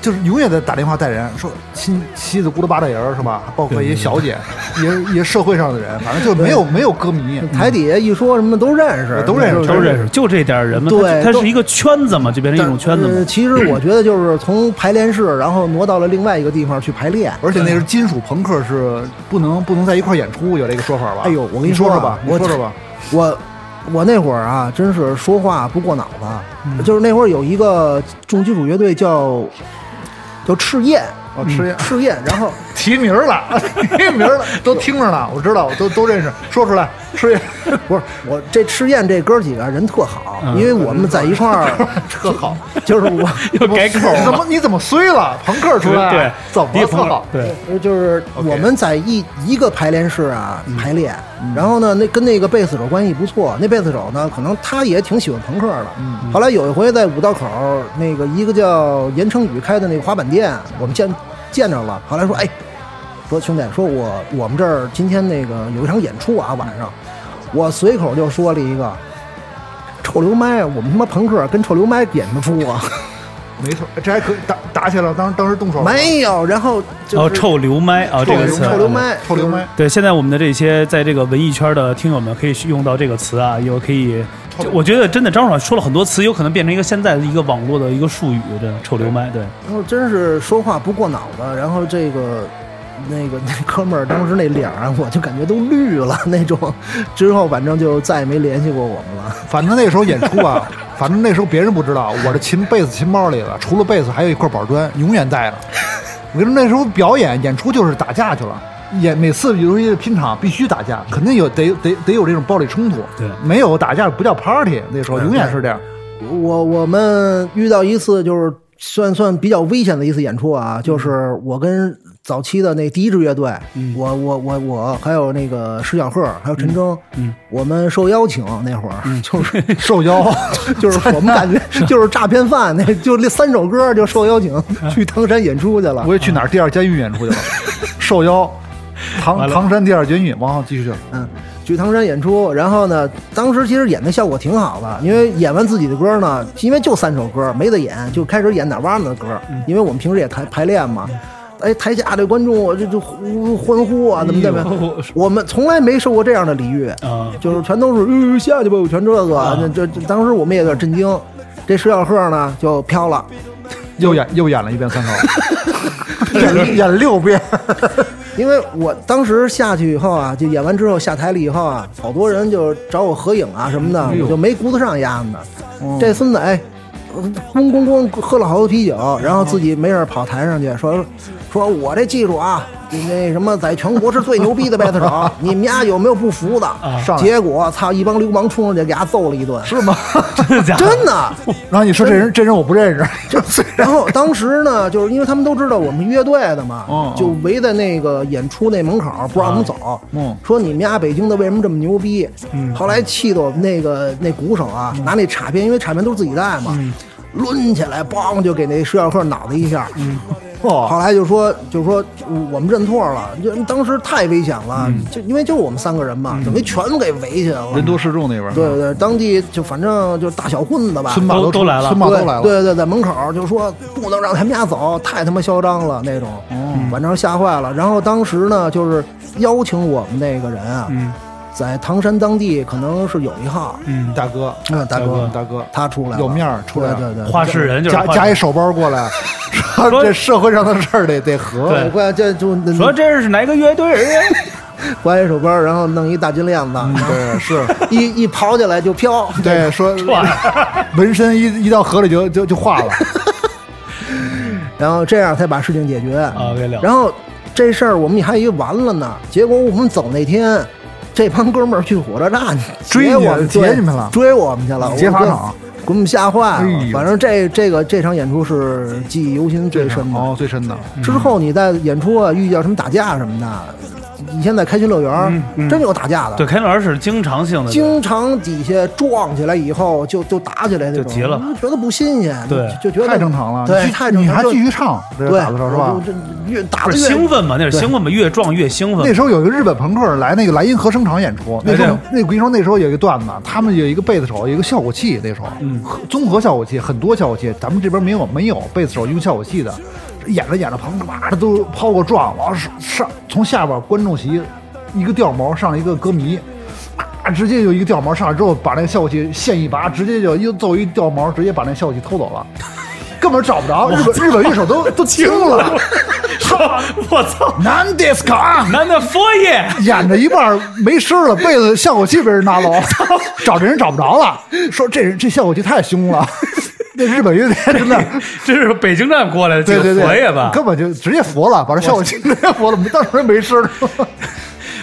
S2: 就是永远在打电话带人，说妻妻子咕噜巴的人儿是吧？包括一小姐，也也社会上的人，反正就没有没有歌迷，
S3: 台底下一说什么都认识，
S2: 都认识
S3: 就是
S1: 都认识，就这点人嘛，
S3: 对
S1: 它它
S3: 都
S1: 是一个圈子嘛，就变成一种圈子
S3: 呃
S1: 嘛，
S3: 其实我觉得就是从排练室，然后挪到了另外一个地方去排练。
S2: 而且那时候金属朋克是不能不能在一块儿演出，有这个说法吧？
S3: 哎呦我跟
S2: 你
S3: 你
S2: 说
S3: 说啊
S2: 说吧，你
S3: 我
S2: 说说吧，
S3: 我我那会儿啊，真是说话不过脑
S1: 嗯
S3: 子，就是那会儿有一个重金属乐队叫叫赤焰，
S2: 我吃烟。
S3: 赤焰，然后
S2: 提名儿了， 提名儿了，都听着呢，我知道，我都都认识，说出来， 吃烟，
S3: 不是我这赤焰这哥几个人特好，
S1: 嗯
S3: 因为我们在一块儿，
S2: 特好。
S3: 就是 我
S1: 要改口
S2: 你怎
S1: 嘛，
S2: 么你怎么衰了？朋克出来，
S1: 对，
S2: 怎么
S1: 别
S2: 了
S1: 朋
S2: 特
S1: 友
S2: 好？
S1: 对，
S3: 呃就是我们在一一个排练室啊排练，然后呢，那跟那个贝斯手关系不错，那贝斯手呢，可能他也挺喜欢朋克的。后来有一回在五道口那个一个叫严成宇开的那个滑板店，我们见见着了，后来说，哎，说兄弟，说我我们这儿今天那个有一场演出啊，晚上，我随口就说了一个。臭流麦，我们他妈朋克跟臭流麦演不出啊，
S2: 没错，这还可以打打起来了，当当时动手了，
S3: 没有。然后就
S1: 哦，
S3: 是
S1: 臭流麦啊，这个
S2: 流
S1: 词，
S3: 臭流麦，
S2: 臭流麦，
S1: 对，现在我们的这些在这个文艺圈的听友们可以去用到这个词啊，有可以，就我觉得真的张爽说了很多词，有可能变成一个现在的一个网络的一个术语，真的臭流麦，对，
S3: 然后真是说话不过脑子，然后这个那个那哥们儿当时那脸儿啊，我就感觉都绿了那种。之后反正就再也没联系过我们了。
S2: 反正那时候演出 啊，反正那时候别人不知道，我这琴贝斯琴包里了，除了贝斯还有一块板砖，永远带着。我跟你说，那时候表演演出就是打架去了，演每次有一拼场必须打架，肯定有得得得有这种暴力冲突。
S1: 嗯对
S2: 没有打架不叫 party，那时候永远是这样。
S3: 我我们遇到一次就是算算比较危险的一次演出啊，就是我跟早期的那第一支乐队，我我我我还有那个石小鹤，还有陈征，
S1: 嗯嗯
S3: 我们受邀请那会儿，就是
S2: 受邀，
S3: 就是我们感觉就是诈骗犯，那就那三首歌就受邀请
S1: 嗯
S3: 去唐山演出去了
S2: 我。也去哪 儿第二监狱演出去了，受邀，唐
S1: 完了
S2: 唐山第二监狱，往后继续去。
S3: 嗯，去唐山演出，然后呢，当时其实演的效果挺好的，因为演完自己的歌呢，因为就三首歌没得演，就开始演哪哇哪的歌，
S1: 嗯
S3: 因为我们平时也排排练嘛。哎，台下这观众我这就呼欢呼啊，怎么怎么
S1: 哎
S3: 样
S1: 呦？
S3: 我们从来没受过这样的礼遇
S1: 啊
S3: 就是全都是嗯、下去吧，全这个。那这这当时我们也有点震惊，这石小鹤呢就飘了。
S2: 又演又演了一遍三 首，演演六遍，
S3: 因为我当时下去以后啊，就演完之后下台了以后啊，好多人就找我合影啊什么的，
S2: 哎
S3: 我就没顾得上丫们的。
S2: 哦
S3: 这孙子哎，咣咣咣喝了好多啤酒，然后自己没事儿跑台上去说说我这技术啊，那什么在全国是最牛逼的贝斯手， 你们家有没有不服的？
S2: 啊上来
S3: 结果操，一帮流氓冲上去给他揍了一顿，
S2: 是吗？
S1: 真的假的？
S3: 真的。
S2: 然后你说这人这人我不认识，就虽然
S3: 然后当时呢，就是因为他们都知道我们乐队的嘛，
S2: 嗯嗯
S3: 就围在那个演出那门口，不让我们走，
S2: 嗯
S3: 说你们家北京的为什么这么牛逼？后来气得我们那个那鼓手啊，
S2: 嗯
S3: 拿那镲片，因为镲片都是自己带嘛，抡起来，梆就给那石小克脑袋一下。
S2: 哦
S3: 后来就说，就说嗯我们认错了，就当时太危险了，就因为就我们三个人嘛，等于全给围起来了。
S2: 嗯人多势众那边儿，
S3: 对对对，当地就反正就是大小混子吧，
S2: 村霸
S1: 都
S2: 出
S1: 都来了
S2: 村霸都
S3: 啊对
S2: 来了，
S3: 对对，在门口就说不能让他们家走，太他妈嚣张了那种，
S2: 嗯
S3: 嗯反正吓坏了。然后当时呢，就是邀请我们那个人啊，
S1: 嗯
S3: 在唐山当地可能是有一号，
S1: 嗯，
S2: 大哥，
S3: 嗯，大哥，
S2: 大哥，
S3: 他出来了
S2: 有面儿出来了
S3: 对对对，
S1: 画事人就是
S2: 夹
S1: 画
S2: 夹一
S1: 事
S2: 手包 过来，说
S1: 说
S2: 这社会上的事儿得得合，
S1: 对
S3: 对关键就
S1: 人说这是哪个乐队人？
S3: 关一手包，然后弄一大金链子，
S2: 对是，
S3: 一一跑起来就飘，
S2: 对说
S1: 哇，
S2: 纹身一一到河里就就就化 了，
S3: 然后这样才把事情解决。
S1: 啊，给了。
S3: 然后这事儿我们还以为完了呢，结果我们走那天，这帮哥们儿去火车站
S2: 追
S3: 截
S2: 你
S3: 我们，
S2: 截
S3: 对
S2: 你们了
S3: 追我们去了，
S2: 劫
S3: 我
S2: 法
S3: 们
S2: 场，
S3: 给我们吓坏
S2: 哎
S3: 了。
S2: 呦
S3: 反正这这个这场演出是记忆犹新最深的。
S2: 哦最深的，
S3: 之后你在演出啊遇见什么打架什么的，以前在开心乐园
S1: 嗯
S3: 真有打架的
S1: 对，，开门是经常性的，
S3: 经常底下撞起来以后就就打起来那种，
S1: 就急了
S3: 觉得不新鲜，
S1: 对
S3: 就就觉得
S2: 太正常了，
S3: 对，
S2: 你
S3: 太
S2: 你
S3: 正常。
S2: 还
S3: 就
S2: 继续唱，这
S3: 对
S2: 打的时候是吧
S3: 我？就？这越打
S1: 不
S3: 的
S1: 是
S3: 越
S1: 兴奋嘛？那是兴奋嘛？越撞越兴
S2: 那
S1: 奋。
S2: 时候有一个日本朋克来那个莱茵合声厂演出，那时候
S1: 哎
S2: 那我跟你说那时候有一个段子，他们有一个贝斯手，有一个效果器，那时候，嗯，综合效果器很多效果器，咱们这边没有没有贝斯手用效果器的，演着演着，朋克哇的都抛过撞，往上上从下边观众席一个掉毛上一个歌迷。啪直接就一个掉毛上来之后，把那个效果器线一拔，直接就又揍一掉毛，直接把那效果器偷走了，根本找不着。日本日本乐手都都惊了，
S1: 我操！
S2: 南 disco 啊！
S1: 男的佛爷，
S2: 演着一半儿没声儿了，被子效果器被人拿走，找这人找不着了，说这人这效果器太凶了，那日本乐队真的，
S1: 这是北京站过来的几
S2: 对
S1: 个
S2: 对对，
S1: 佛爷吧？
S2: 根本就直接佛了，把这效果器 直接佛了，当时没声儿了。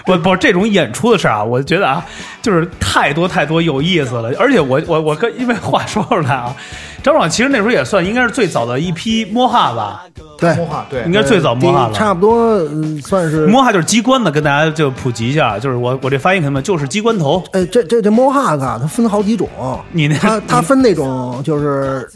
S1: 不不，这种演出的事儿啊，我觉得啊，就是太多太多有意思了。而且我我我跟因为话说出来啊，张爽其实那时候也算应该是最早的一批摸哈吧，
S3: 对
S2: 摸话对
S1: 应该是最早摸哈
S3: 第
S1: 了。
S3: 差不多、嗯算是。
S1: 摸哈就是机关的，跟大家就普及一下，就是我我这发音可能就是机关头，
S3: 呃，这这这 mohawk 啊它分好几种，
S1: 你那
S3: 它它分那种就是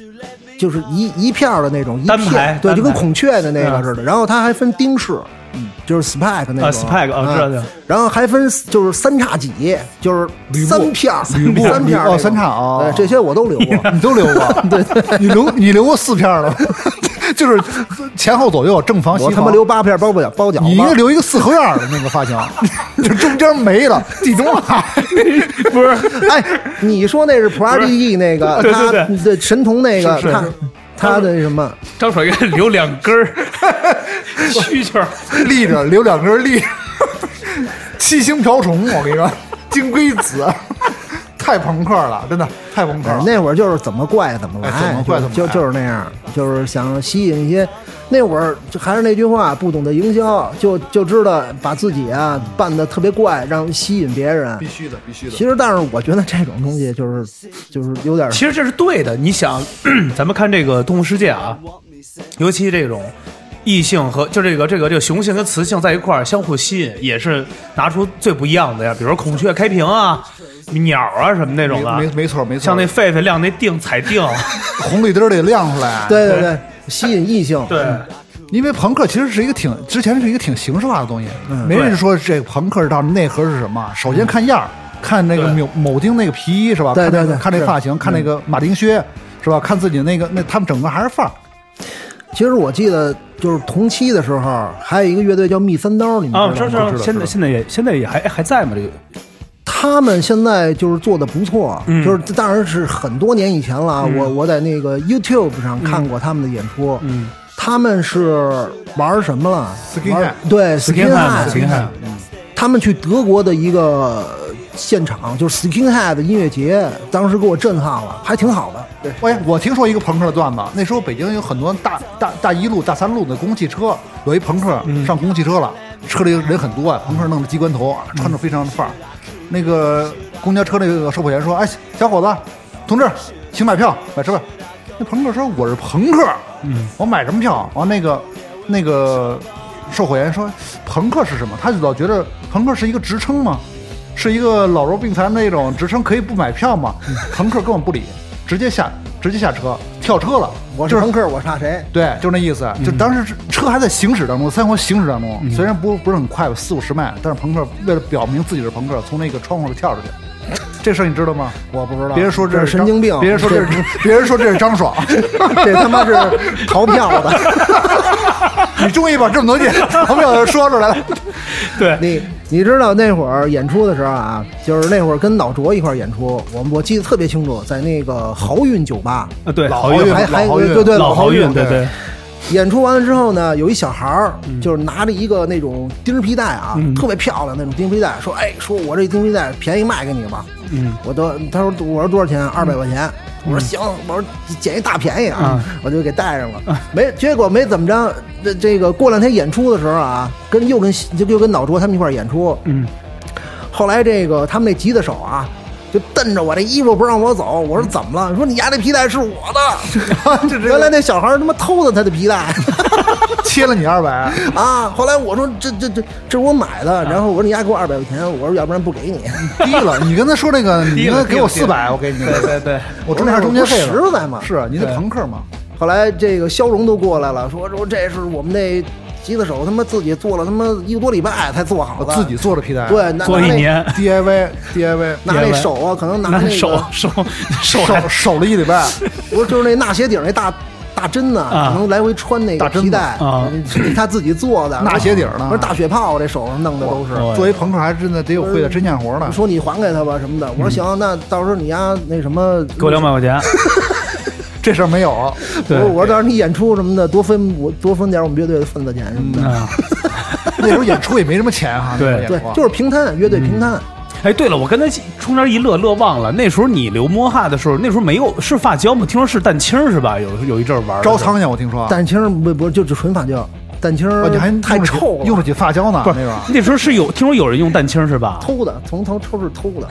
S3: 就是一一片儿的那种一
S1: 单排
S3: 片，对，
S1: 单
S3: 就跟
S1: 排
S3: 孔雀的那个
S1: 嗯
S3: 似的。然后它还分丁式，嗯，就是 spike 那种
S1: 啊，spike，哦知道知道
S3: 嗯然后还分就是三叉戟，就是三片儿
S2: 吕布
S3: 三片
S2: 吕布哦
S3: 儿那种
S2: 三叉哦
S3: 对这些我都留 过。
S2: 你都留过，对，你留你留过四片儿了，就是前后左右正房西
S3: 我
S2: 房，
S3: 他妈留八片儿包不了包饺子，
S2: 你应该留一个四合院儿的那个发型，就中间没了，地中海。
S1: 不是
S3: 哎，你说那是普拉蒂 E 那个，
S1: 对
S3: 他
S1: 对对
S3: 的神童那个，
S1: 是是
S3: 他他的什么？
S1: 张爽应该留两根儿蛐蛐儿。
S2: 立着留两根立，七星瓢虫，我跟你说，金龟子，太朋克了，真的太朋克
S3: 哎
S2: 了。
S3: 那会儿就是怎么怪怎么来，
S2: 哎怎么怪怎么来
S3: 就就就是那样，就是想吸引一些。那会儿就还是那句话，不懂得营销，就就知道把自己啊办的特别怪，让吸引别人。
S2: 须的，必须
S3: 其实，但是我觉得这种东西就是就是有点儿
S1: 其实这是对的。你想，咱们看这个《动物世界》啊，尤其这种异性和就这个这个这个雄性跟雌性在一块儿相互吸引，也是拿出最不一样的呀。比如孔雀开屏啊、鸟啊什么那种的，
S2: 没没没错没错
S1: 像那狒狒亮那腚彩腚，
S2: 红绿灯得亮出来。
S3: 对对对，吸引异性。
S1: 对，
S2: 因为朋克其实是一个挺之前是一个挺形式化的东西，
S3: 嗯
S2: 没人
S1: 对
S2: 说这朋克到底内核是什么。首先看样儿，看那个
S1: 对
S2: 某铆钉那个皮衣是吧？
S3: 对
S2: 看那
S3: 对
S2: 个
S3: 对
S2: 看那
S3: 是嗯
S2: 发型，看那个马丁靴是吧？看自己那个那他们整个还是范儿。
S3: 其实我记得就是同期的时候，还有一个乐队叫密三刀，你们
S1: 啊，
S3: 知道
S1: 知
S3: 吗？
S1: 道
S2: 知道
S1: 现在现在也现在也还还在吗？这个
S3: 他们现在就是做的不错，
S1: 嗯
S3: 就是当然是很多年以前了啊。我我在那个 YouTube 上看过他们的演出，
S1: 嗯，
S3: 他们是玩什么了
S2: Skinhead
S3: 玩对
S1: Skinhead，Skinhead
S3: 他们去德国的一个现场，就是 Skinhead 音乐节，当时给我震撼了，还挺好的。对，
S2: 喂，哎我听说一个朋克的段子，那时候北京有很多大大大一路、大三路的公共汽车，有一朋克上公共汽车了，车里人很多啊，朋克弄着机关头，啊，穿着非常的范儿。那个公交车那个售票员说：“哎，小伙子，同志，请买票，买车票。”那朋克说：“我是朋克，
S1: 嗯，
S2: 我买什么票？”完那个那个售货员说：“朋克是什么？”他就老觉得朋克是一个职称吗？是一个老弱病残那种职称可以不买票吗？朋克根本不理，直接下直接下车跳车了。
S3: 我是
S2: 就是
S3: 朋克，我杀谁？
S2: 对，就那意思。就当时车还在行驶当中，三环行驶当中，虽然不不是很快吧，四五十迈，但是朋克为了表明自己是朋克，从那个窗户上跳出去。这事儿你知道吗？
S3: 我不知道，
S2: 别人说
S3: 这
S2: 这
S3: 是神
S2: 张
S3: 经病，
S2: 别人说这是，别人说这是张爽，
S3: 这他妈是逃票的。
S2: 你终于把这么多年朋友说出来了。
S1: 对，
S3: 你你知道那会儿演出的时候啊，就是那会儿跟老卓一块儿演出，我我记得特别清楚，在那个豪运酒吧，
S1: 啊对，
S2: 老
S1: 好
S2: 豪
S1: 运
S2: 运
S3: 还还
S2: 老豪运
S3: 对对
S1: 老
S3: 老
S1: 豪
S3: 运
S1: 对
S2: 对
S1: 对，
S3: 演出完了之后呢，有一小孩儿就是拿着一个那种钉儿皮带啊，
S1: 嗯
S3: 特别漂亮那种钉儿皮带，说哎，说我这钉儿皮带便宜卖给你吧，
S1: 嗯，
S3: 我都他说我说多少钱？二百块钱。我说行，我说捡一大便宜啊， 我就给带上了。没结果没怎么着，这这个过两天演出的时候啊，跟又跟就又跟老卓他们一块儿演出，
S1: 嗯，
S3: 后来这个他们那吉他手啊，就瞪着我这衣服不让我走。我说怎么了？说你家这皮带是我的，原来那小孩儿他妈偷的他的皮带
S2: 切了你二百，
S3: 啊。后来我说这这这这是我买的，然后我说你丫给我二百块钱，我说要不然不给你。
S2: 低了。你跟他说那个，你
S1: 低
S2: 跟
S1: 了
S2: 他给我
S1: 低了
S2: 四百，我给你。
S1: 对对对，
S2: 我中间还中间费
S3: 我
S2: 了。
S3: 说实在嘛
S2: 是啊你那
S1: 对
S2: 朋克嘛？
S3: 后来这个肖荣都过来了，说说这是我们那吉他手他妈自己做了他妈一个多礼拜才做好
S2: 我
S3: 的，
S2: 自己做的皮带，
S3: 对拿
S1: 过一年，
S2: DIY DIY，
S3: 拿那手啊，可能拿那
S1: 那
S3: 个
S1: 手 手手还
S2: 手手了一礼拜，
S3: 不是，就是那纳鞋底儿那大大针呢，
S1: 啊
S3: 可能来回穿那
S2: 大
S3: 个
S2: 针
S3: 皮带
S1: 子啊，
S3: 是他自己做的。
S2: 纳鞋底儿呢
S3: 不是大血泡，啊这手上弄的都是。
S1: 哦
S2: 作为朋克还真的得有会的针线活呢
S3: 我。说你还给他吧什么的，我说行，那到时候你丫那什么
S1: 给我两百。块 钱，
S2: 这事儿没有，
S1: 对
S3: 我我说到时候你演出什么的，多分我多分点我们乐队的份子钱什么的。
S1: 啊，
S2: 那时候演出也没什么钱哈。
S1: 对
S2: 那时候
S3: 对
S2: 演出，啊
S3: 就。是平摊，乐队平摊。
S1: 哎，对了，我跟他中间一乐乐忘了，那时候你留摸哈的时候，那时候没有是发胶吗？听说是蛋清儿是吧？有有一阵儿玩儿的
S2: 招
S1: 时候
S2: 苍蝇，我听说。啊
S3: 蛋清儿不不就只纯发胶，蛋清
S2: 哇
S3: 儿
S2: 哦你还用
S3: 太
S2: 得起
S3: 臭了，
S2: 用得起发胶呢？
S1: 不
S2: 那
S1: 是
S2: 时候
S1: 那时候是有听说有人用蛋清儿是吧？
S3: 偷的，从从超市偷的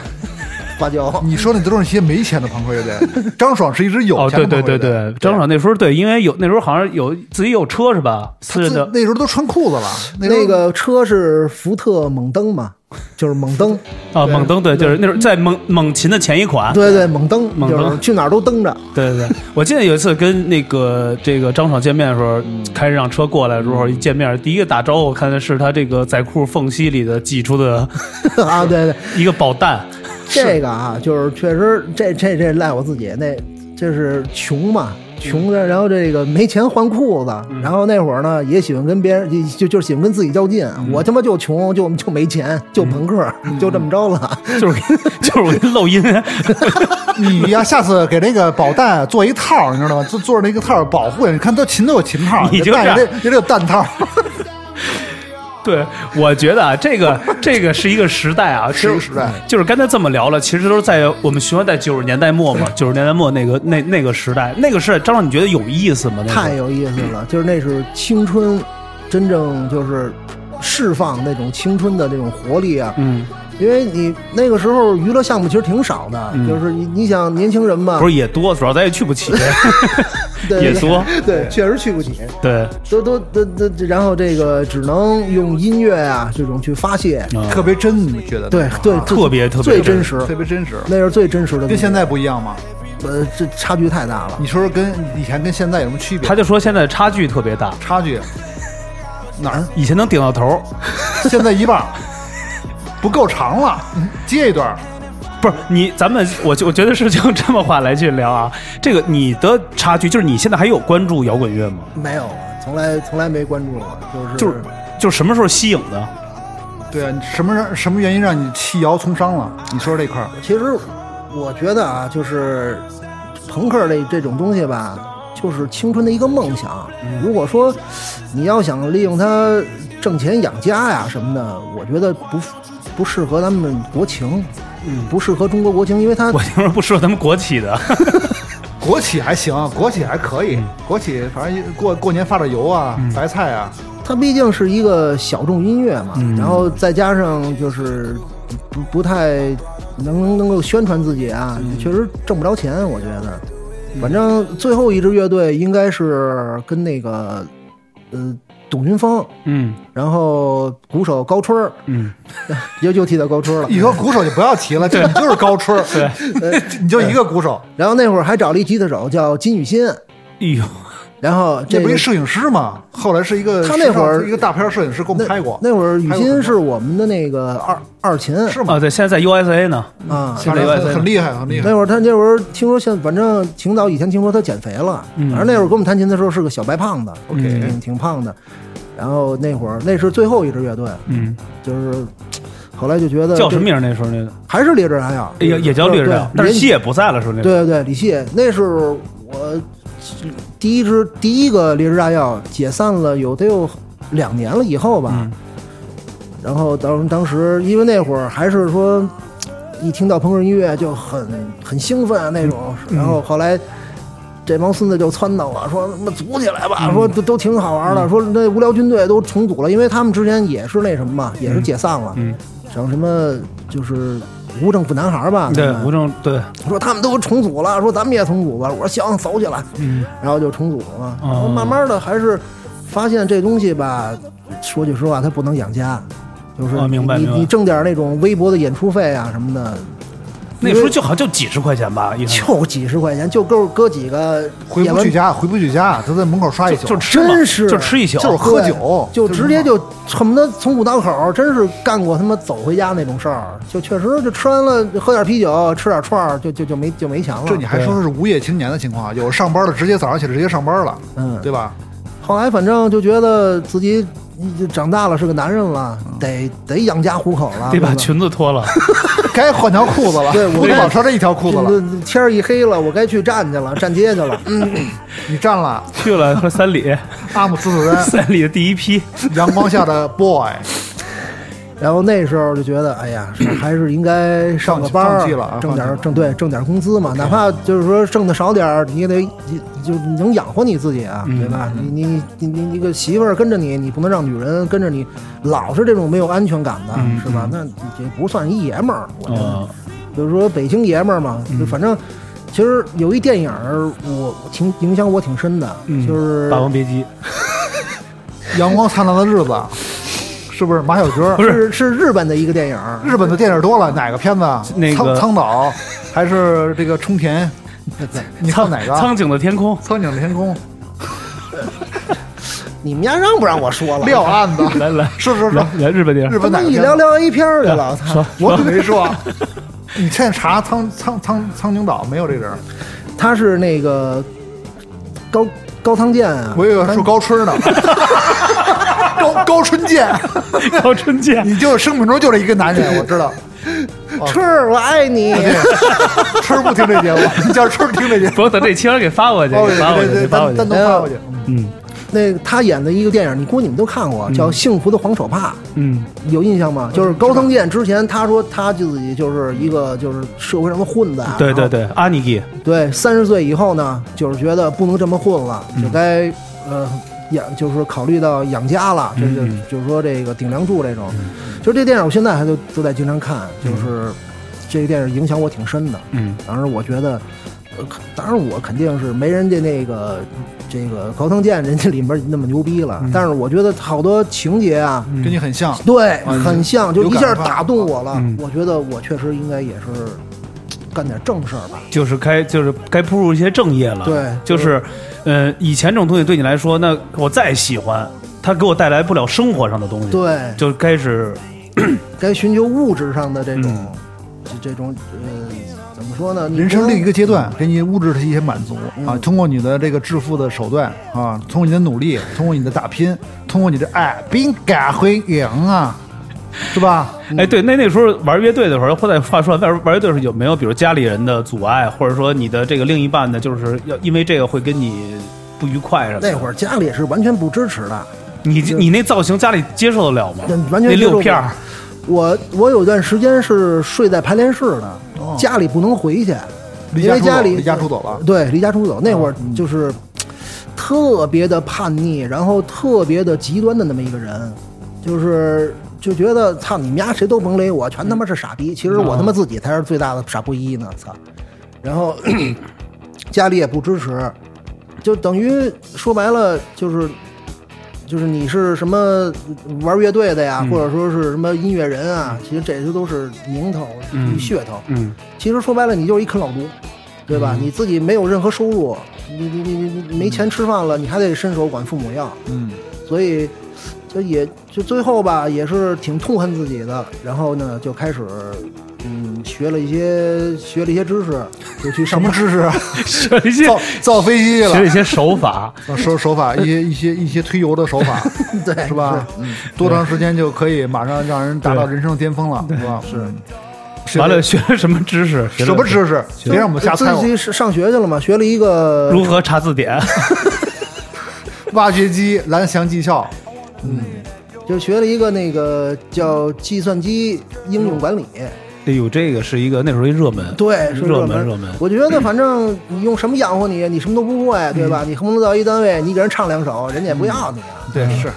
S3: 发胶。
S2: 你说的都是一些没钱的朋克乐 队，张爽是一支有
S1: 哦，
S2: 钱
S1: 对
S2: 的朋克
S1: 对
S2: 乐队。
S1: 对对，张爽那时候对，因为有那时候好像有自己有车是吧？
S2: 对，
S1: 是的
S2: 自，那时候都穿裤子了。时候
S3: 那个车是福特猛登嘛，就是猛登。
S1: 啊，猛登对，就是那
S2: 嗯
S1: 时候在猛猛禽的前一款，
S3: 对对，猛蹬，
S1: 猛蹬
S3: 就是去哪儿都蹬着。
S1: 对 对对，我记得有一次跟那个这个张爽见面的时候，
S2: 嗯
S1: 开着让车过来的时候，一见面第一个打招呼，我看的是他这个仔裤缝隙里的挤出的
S3: 啊，对对，
S1: 一个宝 蛋，
S3: 这个啊，就是确实，这这这赖我自己，那就是穷嘛，穷着，然后这个没钱换裤子，然后那会儿呢也喜欢跟别人，就就就是喜欢跟自己较劲，我他妈就穷，就就没钱，就朋克，就这么着了。
S1: 就是就是我跟漏音，
S2: 你呀，下次给那个宝蛋做一套，你知道吗？做做那个套保护你看，都琴都有琴套，
S1: 你就
S2: 蛋也
S1: 这
S2: 得也得有蛋套。
S1: 对，我觉得啊，这个这个是一个时代啊，
S2: 是一个
S1: 就是
S2: 时代
S1: 就是刚才这么聊了，其实都是在我们循环在九十年代末
S2: 嗯
S1: 嘛，九十年代末那个那那个时代，那个时代，张亮你觉得有意思吗？那个嗯
S3: 太有意思了，就是那是青春，真正就是释放那种青春的这种活力啊。
S1: 嗯，
S3: 因为你那个时候娱乐项目其实挺少的，就是你你想年轻人嘛，
S1: 嗯不是也多，主要咱也去不 起，
S3: 对
S1: 也多，
S3: 对，确实去不起，
S1: 对，
S3: 都都都都，然后这个只能用音乐啊这种去发泄，
S1: 嗯
S2: 特别真，你觉得？
S3: 对对，
S2: 啊
S3: 最
S1: 特别特别
S3: 最
S1: 真
S3: 真实，
S2: 特别真实，
S3: 那是最真实的东西，
S2: 跟现在不一样吗？
S3: 呃这差距太大了。
S2: 你说说跟以前跟现在有什么区别
S1: 他？就说现在差距特别大，
S2: 差距，哪儿？
S1: 以前能顶到头儿，
S2: 现在一半儿不够长了，接一段儿。
S1: 不是你，咱们我就我觉得是就这么话来去聊啊。这个你的差距就是你现在还有关注摇滚乐吗？
S3: 没有，从来从来没关注过，就是
S1: 就是就是什么时候吸引的？
S2: 对啊，你什么让什么原因让你弃谣从商了？你说说这块儿，
S3: 其实我觉得啊，就是朋克这这种东西吧，就是青春的一个梦想。如果说你要想利用它挣钱养家呀什么的，我觉得不不适合咱们国情，嗯，不适合中国国情，因为它
S1: 我听说不说咱们国企的，
S2: 国企还行，国企还可以，国企反正一过过年发点油啊，白菜啊，
S3: 它毕竟是一个小众音乐嘛，
S1: 嗯
S3: 然后再加上就是不不太能能够宣传自己啊，
S2: 嗯
S3: 确实挣不着钱，我觉得。反正最后一支乐队应该是跟那个呃董云峰，
S1: 嗯
S3: 然后鼓手高春儿，
S1: 嗯，
S3: 又又提到高 春儿了。
S2: 一说鼓手就不要提了，这你就是 高春儿， 你就一个鼓手，
S3: 然后那会儿还找了一吉他手叫金宇欣，
S1: 哎呦，
S3: 然后这
S2: 这不
S3: 个
S2: 是一摄影师吗？后来是一个
S3: 他那会儿
S2: 时尚一个大片摄影师给我们
S3: 那
S2: 拍过，
S3: 那会儿雨
S2: 拍过什
S3: 欣
S2: 么
S3: 是我们的那个二二琴
S2: 是吗？
S1: 啊，对，现在在 USA 呢，
S3: 啊，
S1: 现
S2: 反
S1: 在
S2: 正
S1: USA
S2: 很很厉害，很厉害
S3: 那。会儿他那会儿听说现，反正挺早以前听说他减肥了，
S1: 嗯
S3: 反正那会儿给我们弹琴的时候是个小白胖子
S2: OK
S3: 挺挺胖的。然后那会儿那是最后一支乐队，
S1: 嗯，
S3: 就是后来就觉得
S1: 叫什
S3: 这
S1: 么？名儿那时候那个，
S3: 还是烈日燃耀，
S1: 哎呀，也叫绿人，
S3: 对
S1: 但是
S3: 李
S1: 戏也不在了，说那个，
S3: 对对对，李细，那是我第一支第一个烈日燃耀解散了，有得有两年了以后吧。
S1: 嗯
S3: 然后当当时因为那会儿还是说，一听到朋克音乐就很很兴奋啊那种。然后后来这帮孙子就撺掇我说：“那组起来吧！”说都都挺好玩的。说那无聊军队都重组了，因为他们之前也是那什么嘛，也是解散了，
S1: 嗯，
S3: 像什么就是无政府男孩吧，
S1: 对
S3: 他，们
S1: 吴正，对，
S3: 说他们都重组了，说咱们也重组吧。我说行，走起来，
S1: 嗯
S3: 然后就重组了嘛。
S1: 哦
S3: 然后慢慢的还是发现这东西吧，说句实话，它不能养家，就是
S1: 哦
S3: 你
S1: 明白
S3: 你
S1: 明白
S3: 你挣点那种微薄的演出费啊什么的，
S1: 那时候就好像就几十块钱吧，一场
S3: 就几十块钱，就够搁几个
S2: 回
S3: 演
S2: 不
S3: 完
S2: 去家，回不去家，他在门口刷一宿，
S1: 就吃嘛
S3: 真是
S1: 就吃一宿，
S2: 就是喝
S3: 对
S2: 酒，
S3: 就直接
S2: 就
S3: 就恨不得从五道口，真是干过他妈走回家那种事儿，就确实就吃完了喝点啤酒，吃点串儿，就就就没就没钱了。
S2: 这你还说是无业青年的情况，啊有上班的直接早上起来直接上班了，
S3: 嗯，
S2: 对吧？
S3: 后来反正就觉得自己长大了，是个男人了，得得养家糊口了，
S1: 得把
S3: 吧
S1: 裙子脱了，
S2: 该换条裤子了，
S3: 对我
S2: 老穿这一条裤子了，嗯
S3: 这天儿一黑了，我该去站去了，站街去了。
S2: 你站了，
S1: 去了和三里，
S2: 阿姆斯特丹
S1: 三里的第一批，
S2: 阳光下的 boy
S3: 然后那时候就觉得，哎呀，是还是应该上个
S2: 放弃
S3: 班
S2: 放弃了啊
S3: 儿，挣点
S2: 放弃了
S3: 儿挣对挣点儿工资嘛，哪怕就是说挣的少点儿，你也得你就你能养活你自己啊，
S1: 嗯
S3: 对吧？你你你你你个媳妇儿跟着你，你不能让女人跟着你，老是这种没有安全感的，
S1: 嗯
S3: 是吧？那你这不算一爷们儿，我觉得。
S2: 哦
S1: 嗯
S3: 就是说北京爷们儿嘛，
S1: 嗯
S3: 就反正其实有一电影儿，我挺影响我挺深的，
S1: 嗯，
S3: 就是
S1: 《霸王别姬》，
S2: 阳光灿烂的日子，是不是？马小 军
S1: 不。是
S3: 是是日本的一个电影儿，
S2: 日本的电影多了，哪个片子啊？
S1: 那个
S2: 苍苍岛还是这个 冲田？你看哪个？
S1: 苍井的天空，
S2: 苍井的天空，
S3: 你们家让不让我说了？
S2: 撂案子，
S1: 来来
S2: 是是是，
S1: 来来，日本电影
S2: 日。
S3: 他
S2: 本哪
S3: 们
S2: 个
S3: 一
S2: 片
S3: 聊
S2: 子？
S3: 聊 A 片儿去
S1: 啊
S3: 了，我操！
S2: 我可没 说，你现在查苍苍苍苍井岛没有这人，
S3: 他是那个高高仓健啊，
S2: 我以为说高春呢， 高高春健，
S1: 高春健，
S2: 你就生命中就这一个男人，我知道。
S1: 啊
S3: 春儿哦我爱
S1: 哎
S3: 你，
S2: 春儿不听这节目，你叫春儿听这节目，
S1: 不，等这期给发过去，
S2: 发过
S1: 给
S2: 去，
S1: 发过去，
S2: 对
S1: 给
S2: 对，
S1: 发过
S2: 单单
S1: 去。
S2: 独发过去。
S1: 嗯
S3: 那个他演的一个电影，你估计你们都看过，叫《幸福的黄手帕》。
S1: 嗯
S3: 有印象吗？就是高仓健之前他说他自己就是一个就是社会上的混子啊，
S1: 对
S3: 然后
S1: 对对，阿尼基，
S3: 对，三十岁以后呢，就是觉得不能这么混了，就该、呃养，就是说考虑到养家了，这就、
S1: 嗯嗯
S3: 就是说这个顶梁柱这种。就是这电影，我现在还都都在经常看，就是、这个电影影响我挺深的。
S1: 嗯
S3: 当时我觉得，呃可当然我肯定是没人家那个这个高仓健人家里面那么牛逼了，但是我觉得好多情节啊。
S2: 跟嗯你很像，
S3: 对，
S2: 嗯
S3: 很像，就
S2: 有
S3: 一
S2: 感
S3: 下
S2: 而发
S3: 打动我了。
S1: 嗯
S3: 我觉得我确实应该也是干点正事儿吧。
S1: 就是该就是该步入一些正业了。
S3: 对
S1: 就是，呃，以前这种东西对你来说，那我再喜欢，它给我带来不了生活上的东西，，
S3: 对，
S1: 就开始
S3: 该寻求物质上的这种，
S1: 嗯
S3: 这这种呃，怎么说呢？你
S2: 人生
S3: 不能
S2: 另一个阶段，给你物质的一些满足啊，
S3: 嗯
S2: 通过你的这个致富的手段啊，通过你的努力，通过你的打拼，通过你的哎爱，并敢会赢啊，是 吧？
S1: 哎，对，那那时候玩乐队的时候，或者话说玩玩乐队的时候，有没有比如家里人的阻碍，或者说你的这个另一半呢，就是要因为这个会跟你不愉快什么的？
S3: 那会儿家里是完全不支持的，
S1: 你你那造型家里接受得了吗？
S3: 嗯完全
S1: 那
S3: 接受
S1: 六
S3: 不
S1: 片
S3: 了
S1: 儿，。
S3: 我我有段时间是睡在排练室的，
S2: 哦
S3: 家里不能回去，
S2: 离
S3: 因
S2: 家
S3: 为
S2: 出走
S3: 家里
S2: 离家出走了
S3: 对，离家出走。那会儿就是特别的叛逆，然后特别的极端的那么一个人，就是就觉得操你们家谁都甭理我，全他妈是傻逼。其实我他妈自己才是最大的傻不依呢，操！然后 家里也不支持，就等于说白了就是。就是你是什么玩乐队的呀，或者说是什么音乐人啊，其实这些都是名头、
S1: 嗯
S3: 噱头。
S1: 嗯，
S3: 其实说白了，你就是一啃老族，对吧？
S2: 嗯
S3: 你自己没有任何收入，你你你你你没钱吃饭了，你还得伸手管父母要，
S2: 嗯，
S3: 所以就也就最后吧，也是挺痛恨自己的。然后呢，就开始嗯学了一些学了一些知识，就去
S2: 什
S3: 上
S2: 么
S3: 班。
S2: 知识 啊？
S1: 学一些
S2: 造造飞机去
S1: 学了
S2: 了
S1: 一些手法，
S2: 啊，手手法一 些一些一些推油的手法，
S3: 对，
S2: 是吧？嗯，多长时间就可以马上让人达到人生巅峰了，是吧？是
S1: 完了学了什么知识？学了
S2: 什么知识？别让我们瞎猜
S3: 自
S2: 哦。
S3: 己是上学去了嘛，学了一个
S1: 如何查字 典？
S2: 挖掘机、蓝翔技校，
S3: 就学了一个那个叫计算机应用管理。
S1: 哎呦，这个是一个那时候一热门，
S3: 对，是
S1: 热
S3: 门
S1: 热门。
S3: 我觉得反正你用什么养活你，你什么都不会，对
S2: 嗯
S3: 吧？你恨不得到一单位，你给人唱两首，人家也不要你啊。
S2: 对，是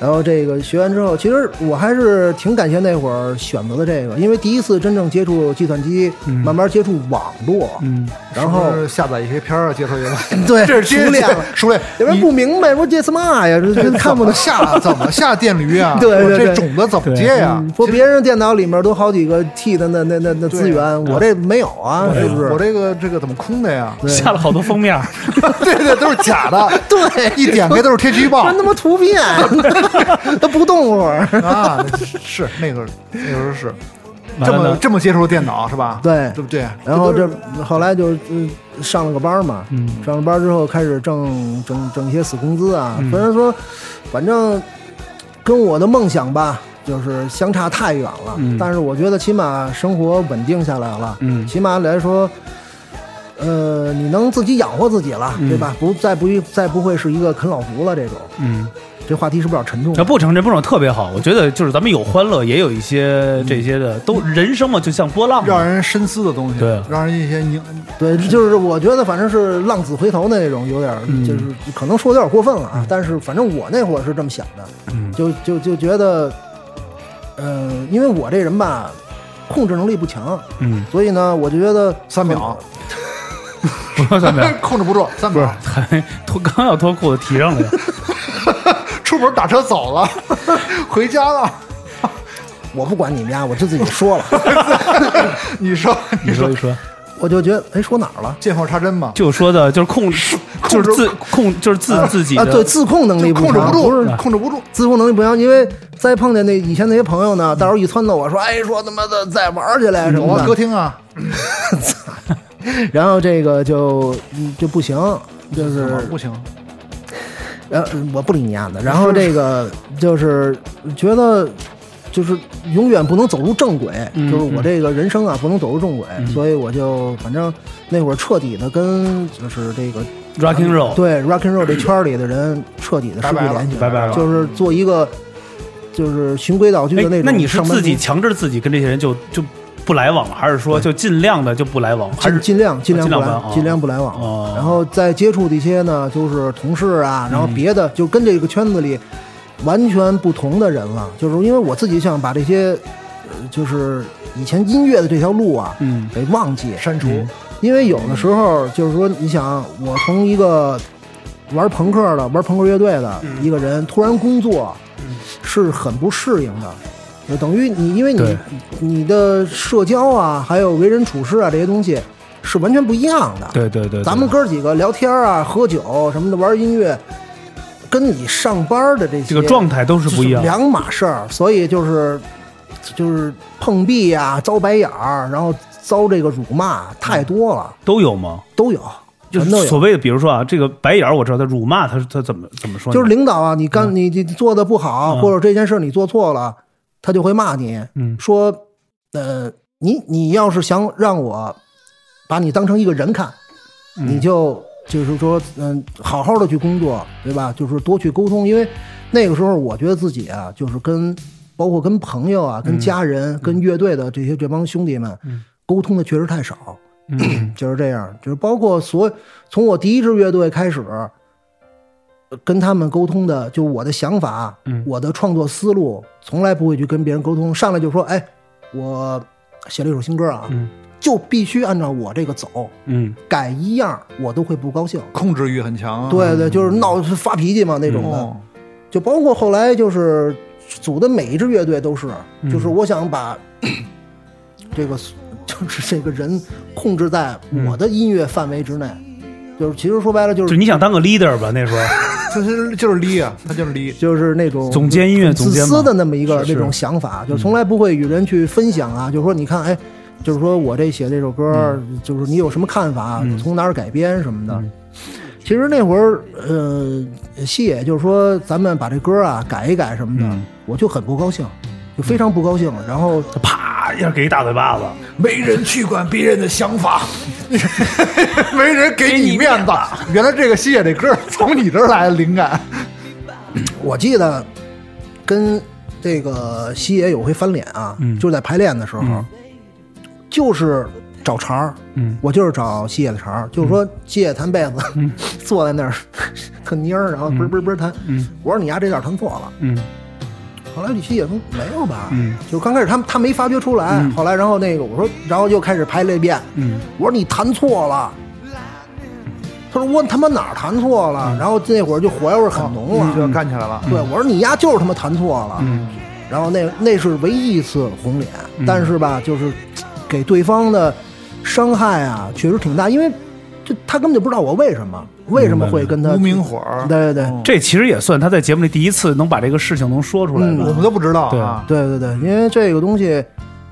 S3: 然后这个学完之后，其实我还是挺感谢那会儿选择的这个，因为第一次真正接触计算机，慢慢接触网络，
S1: 嗯，
S3: 然后
S2: 嗯是不是下载一些片儿啊，接受一下。
S3: 对
S2: 这是
S3: 熟练了，
S2: 熟练，
S3: 有人
S2: 你
S3: 不明白，说这是嘛呀？这这看不
S2: 怎么
S3: 懂。
S2: 下怎么下电驴啊？
S3: 对对
S2: 我这
S3: 对嗯
S2: 种的怎么接呀？
S3: 说别人电脑里面都好几个 T 的那那那那资源，我这没有啊，
S2: 我
S3: 是
S2: 这
S3: 不
S2: 我
S3: 是？
S2: 这个这个怎么空的呀？
S3: 对，
S1: 下了好多封面儿，
S2: 对对，都是假的
S3: 对，
S2: 一点开都是天气预报
S3: 全他妈图片， 都不动会儿。
S2: 啊！是那个那个时候是
S1: 完
S2: 这
S1: 了
S2: 么
S1: 呢
S2: 这么接触电脑是吧？
S3: 对
S2: 对不对？
S3: 然后这
S2: 都是
S3: 后来就嗯上了个班儿嘛，
S1: 嗯
S3: 上了班儿之后开始挣挣挣一些死工资啊。
S1: 嗯
S3: 虽然说，反正跟我的梦想吧，就是相差太远了，
S1: 嗯
S3: 但是我觉得起码生活稳定下来了，
S1: 嗯
S3: 起码来说。呃，你能自己养活自己了，
S1: 嗯
S3: 对吧？不再不再不会是一个啃老族了，这种
S1: 嗯。
S3: 这话题是不是有点沉重啊
S1: 那？不成，这不成特别好。我觉得就是咱们有欢乐，也有一些这些的，都人生嘛，就像波浪嘛。
S2: 让人深思的东西，
S1: 对
S2: 让人一些凝
S3: 对，就是我觉得反正是浪子回头那种，有点儿
S1: 嗯
S3: 就是可能说的有点过分了
S2: 嗯
S3: 啊。但是反正我那会儿是这么想的，
S1: 嗯
S3: 就就就觉得，呃，因为我这人吧，控制能力不强，
S1: 嗯，
S3: 所以呢，我就觉得
S2: 三秒，
S1: 不三秒，
S2: 控制不住，三秒
S1: 还脱刚要脱裤子提上来了，
S2: 出门打车走了，回家了。
S3: 我不管你们家，我就自己 说了，
S2: 你说
S1: 你说一说，
S3: 我就觉得哎，说哪儿了？
S2: 见缝插针嘛？
S1: 就说的就是控制，
S2: 控
S1: 就
S2: 制
S1: 是自控，就是自自己
S3: 啊，
S1: 的
S3: 对，自控能力
S2: 就控制
S3: 强
S2: 不
S3: 不是
S2: 住，控制不住。
S3: 自控能力不强，因为再碰见那以前那些朋友呢，到时候一撺掇我说，哎，说他妈的再玩儿去来什么
S2: 我
S3: 的，
S2: 歌厅啊，
S3: 然后这个就嗯就不行，就是
S2: 不行，
S3: 呃我不理你丫的。然后 这个就是觉得就是永远不能走入正轨，
S1: 嗯
S3: 就是我这个人生啊不能走入正轨，所以我就反正那会儿彻底的跟就是这个
S1: rocking roll，
S3: 对 rock and roll 这圈儿里的人彻底的
S2: 拜
S3: 失去
S2: 拜了
S3: 联系，
S1: 拜拜了
S3: 就是做一个就是循规蹈矩的
S1: 哎
S3: 那种上
S1: 那
S3: 班，族。
S1: 你是自己强制自己跟这些人就就不来往了，还是说就尽量的就不来往，还
S3: 尽
S1: 是
S3: 尽量尽量
S1: 尽
S3: 不
S1: 量
S3: 来
S1: 不来
S3: 尽量不来
S1: 哦
S3: 往，然后再接触的一些呢，就是同事
S1: 嗯
S3: 啊，然后别的就跟这个圈子里完全不同的人了。就是因为我自己想把这些，呃就是以前音乐的这条路啊，
S1: 嗯
S3: 给忘记，
S2: 删除。
S3: 因为有的时候就是说，你想我从一个玩朋克的、玩朋克乐队的
S1: 嗯
S3: 一个人，突然工作，是很不适应的。就等于你，因为你
S1: 对
S3: 你的社交啊，还有为人处事啊这些东西是完全不一样的。
S1: 对对对，对
S3: 咱们哥几个聊天啊、喝酒什么的、玩音乐，跟你上班的这
S1: 这
S3: 些
S1: 个状态都是不一样。
S3: 两码事儿，所以就是就是碰壁呀、遭白眼儿，然后遭这个辱骂太多了，
S1: 都有吗？
S3: 都有，
S1: 就
S3: 全都
S1: 是所
S3: 有。
S1: 谓的，比如说啊，这个白眼儿我知道他辱骂他，他怎么怎么说呢？
S3: 就是领导啊，你干你你做的不好，
S1: 嗯
S3: 或者这件事你做错了，他就会骂你，
S1: 嗯
S3: 说，呃，你你要是想让我把你当成一个人看，你就就是说，嗯，好好的去工作，对吧？就是多去沟通，因为那个时候我觉得自己啊，就是跟包括跟朋友啊、跟家人、跟乐队的这些这帮兄弟们、沟通的确实太少，
S1: 嗯
S3: 就是这样，就是包括所从我第一支乐队开始。呃跟他们沟通的，就我的想法，
S1: 嗯
S3: 我的创作思路，从来不会去跟别人沟通。上来就说：“哎，我写了一首新歌啊，
S1: 嗯
S3: 就必须按照我这个走。”
S1: 嗯
S3: 改一样我都会不高兴。
S1: 哦
S2: 控制欲很强啊。
S3: 对对，就是闹发脾气嘛那种的，
S2: 哦，
S3: 就包括后来就是组的每一支乐队都是，就是我想把这个就是这个人控制在我的音乐范围之内，就是其实说白了就
S1: 就是你想当个 leader 吧？那时候
S2: 就是就是利啊，他就是利。
S3: 就是那种
S1: 总监音乐总
S3: 自
S1: 监嘛
S3: 私的那么一个
S1: 是是嗯
S3: 那种想法，就从来不会与人去分享啊，就是说你看，哎，就是说我这写这首歌，
S1: 嗯
S3: 就是你有什么看法，从哪儿改编什么的。其实那会儿，呃，西野就是说咱们把这歌啊改一改什么的，
S1: 嗯
S3: 我就很不高兴，就非常不高兴。然后
S1: 他啪一下给一大嘴巴子，
S2: 没人去管别人的想法， 没人给你面子。原来这个西野这歌从你这儿来的灵感，
S3: 我记得跟这个西野有回翻脸啊，
S1: 嗯
S3: 就是在排练的时候，就是找茬儿，
S1: 嗯
S3: 我就是找西野的茬儿，就是说西野弹贝斯， 坐在那儿特蔫儿，然后嘣嘣嘣弹，
S1: 嗯
S3: 我说你丫这点弹错了，
S1: 嗯
S3: 后来李希也说没有吧，
S1: 嗯
S3: 就是刚开始他他没发觉出来，后来然后那个我说，然后又开始排了一遍，
S1: 嗯
S3: 我说你弹错了，他说我他妈哪儿弹错了，
S1: 嗯
S3: 然后那会儿就火药味儿
S1: 哦
S3: 很浓了，
S2: 啊就干起来了。
S3: 对我说你丫就是他妈弹错了，
S2: 嗯
S3: 然后那那是唯一一次红脸，但是吧，就是给对方的伤害啊，确实挺大，因为就他根本就不知道我为什么为什么会跟他
S2: 嗯无名火哦儿
S3: 对对对。
S1: 这其实也算他在节目里第一次能把这个事情能说出来
S3: 嗯
S2: 我们
S1: 吧？
S2: 都不知道啊。
S3: 对对对，因为这个东西，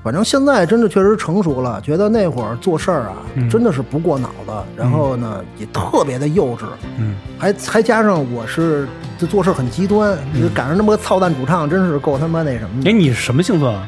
S3: 反正现在真的确实成熟了，觉得那会儿做事儿啊，
S2: 嗯
S3: 真的是不过脑子，然后呢也特别的幼稚，
S1: 嗯，
S3: 还还加上我是这做事儿很极端，
S2: 嗯
S3: 就赶上那么个操蛋主唱，真是够他妈那什么
S1: 哎，
S3: 的。
S1: 你是什么星座啊？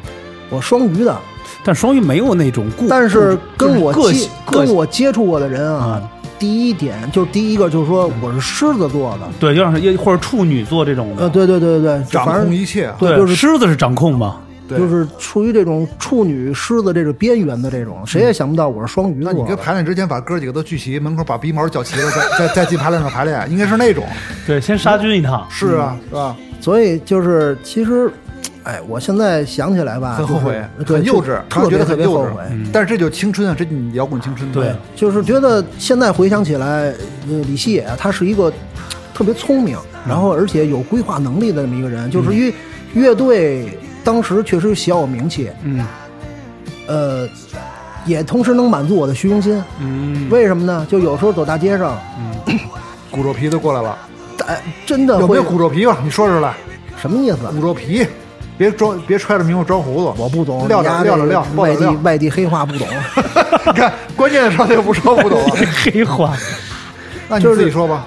S3: 我双鱼的，
S1: 但双鱼没有那种
S2: 嗯
S1: 固，
S3: 但是跟我
S1: 个
S3: 接
S1: 性个
S3: 跟
S1: 性
S3: 我接触过的人啊，
S2: 嗯
S3: 第一点就是第一个就是说我是狮子座的，
S1: 对，就像是或者处女座这种
S3: 呃，
S1: 的，
S3: 对对对对对，
S2: 掌
S3: 反
S2: 控
S3: 正
S2: 一切啊，
S3: 对就是
S1: 狮子是掌控嘛，
S2: 对
S3: 就是处于这种处女狮子这种边缘的这种，谁也想不到我是双鱼
S2: 嗯那
S3: 座
S2: 你
S3: 的
S2: 跟。排练之前把哥几个都聚齐，门口把鼻毛绞齐了，再再再进排练场排练，应该是那种。
S1: 对，先杀菌一趟，
S2: 是啊，是吧？
S3: 所以就是其实，哎，我现在想起来吧，
S2: 很后悔
S3: 啊就是，对
S2: 很幼稚，
S3: 特
S2: 他觉
S3: 别
S2: 得
S3: 特
S2: 很
S3: 别
S2: 幼
S3: 后
S2: 稚嗯
S3: 悔。。
S2: 但是这就是青春啊，这你摇滚青春。
S1: 对，
S3: 就是觉得现在回想起来，呃，李希野啊他是一个特别聪明，然后而且有规划能力的这么一个
S2: 嗯
S3: 人，就是因为乐队当时确实小有名气，
S1: 嗯
S3: 呃，也同时能满足我的虚荣心。
S1: 嗯
S3: 为什么呢？就有时候走大街上，
S2: 嗯骨肉皮都过来了，
S3: 哎，真的
S2: 有
S3: 会
S2: 没有骨肉皮啊吧？你说出来，
S3: 什么意思？
S2: 骨肉皮，别装，别揣着明白装糊涂。
S3: 我不懂，
S2: 撂
S3: 你
S2: 着
S3: 丫
S2: 撂
S3: 这
S2: 着撂，
S3: 外地
S2: 撂着
S3: 外地黑话 不懂。
S2: 撂。看，关键的时候他又不说不懂啊，
S1: 黑化，
S2: 那你
S3: 就是
S2: 自己说吧。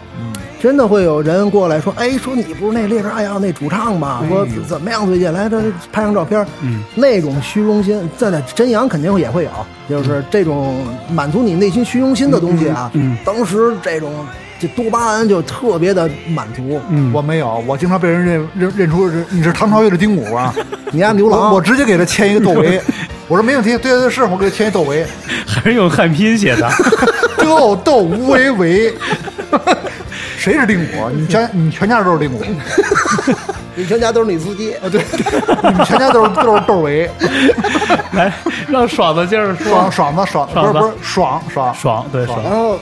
S3: 真的会有人过来说，哎，说你不是那烈日爱药那主唱吧？说怎么样，最近来这拍张照片，嗯，那种虚荣心，在那真阳肯定也会有，就是这种满足你内心虚荣心的东西啊。嗯，当时这种这多巴胺就特别的满足，
S1: 嗯，
S2: 我没有，我经常被人认认认出是你是唐朝乐的丁武啊，
S3: 你家牛郎，
S2: 我我直接给他签一个窦唯，我说没问题，对对对，是我给他签一窦唯，
S1: 还是用汉拼写的，
S2: 豆豆无为为， 谁是丁武？啊你全你全家都是丁武，
S3: 你全家都是女司机，
S2: 啊对，你 们全家都是都是窦唯，
S1: 来让爽子接着说，
S2: 爽爽子爽，不
S1: 爽
S2: 是
S1: 子
S2: 不是爽爽
S1: 爽对爽，
S3: 然后，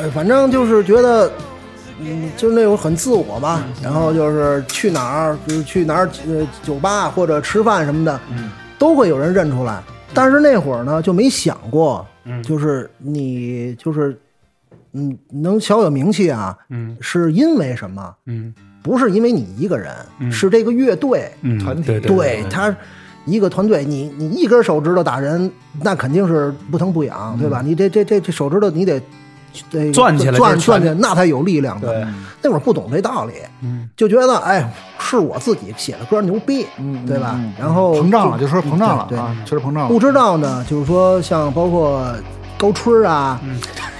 S3: 呃，反正就是觉得，嗯，就是那种很自我吧。
S1: 嗯
S3: 然后就是去哪儿，就是去哪儿，呃，酒吧或者吃饭什么的，
S1: 嗯
S3: 都会有人认出来。但是那会儿呢，就没想过，就是嗯你就是，嗯，能小有名气啊，
S1: 嗯
S3: 是因为什么？
S1: 嗯
S3: 不是因为你一个人，
S1: 嗯
S3: 是这个乐队，
S1: 嗯，
S2: 团体
S1: 对
S3: 对他一个团队，你你一根手指头打人，那肯定是不疼不痒，对吧？你这这这这手指头你得得
S1: 攥起来
S3: 攥
S1: 就是全
S3: 攥起来，那才有力量的。
S1: 对，
S3: 那会儿不懂这道理，
S1: 嗯
S3: 就觉得哎，是我自己写的歌牛逼，
S2: 嗯
S3: 对吧
S2: 嗯？
S3: 然后
S2: 膨胀了，
S3: 就
S2: 就
S3: 嗯
S2: 说膨胀
S3: 对
S2: 了啊，确实膨胀
S3: 不
S2: 了。
S3: 知道呢，就是说像包括高春啊，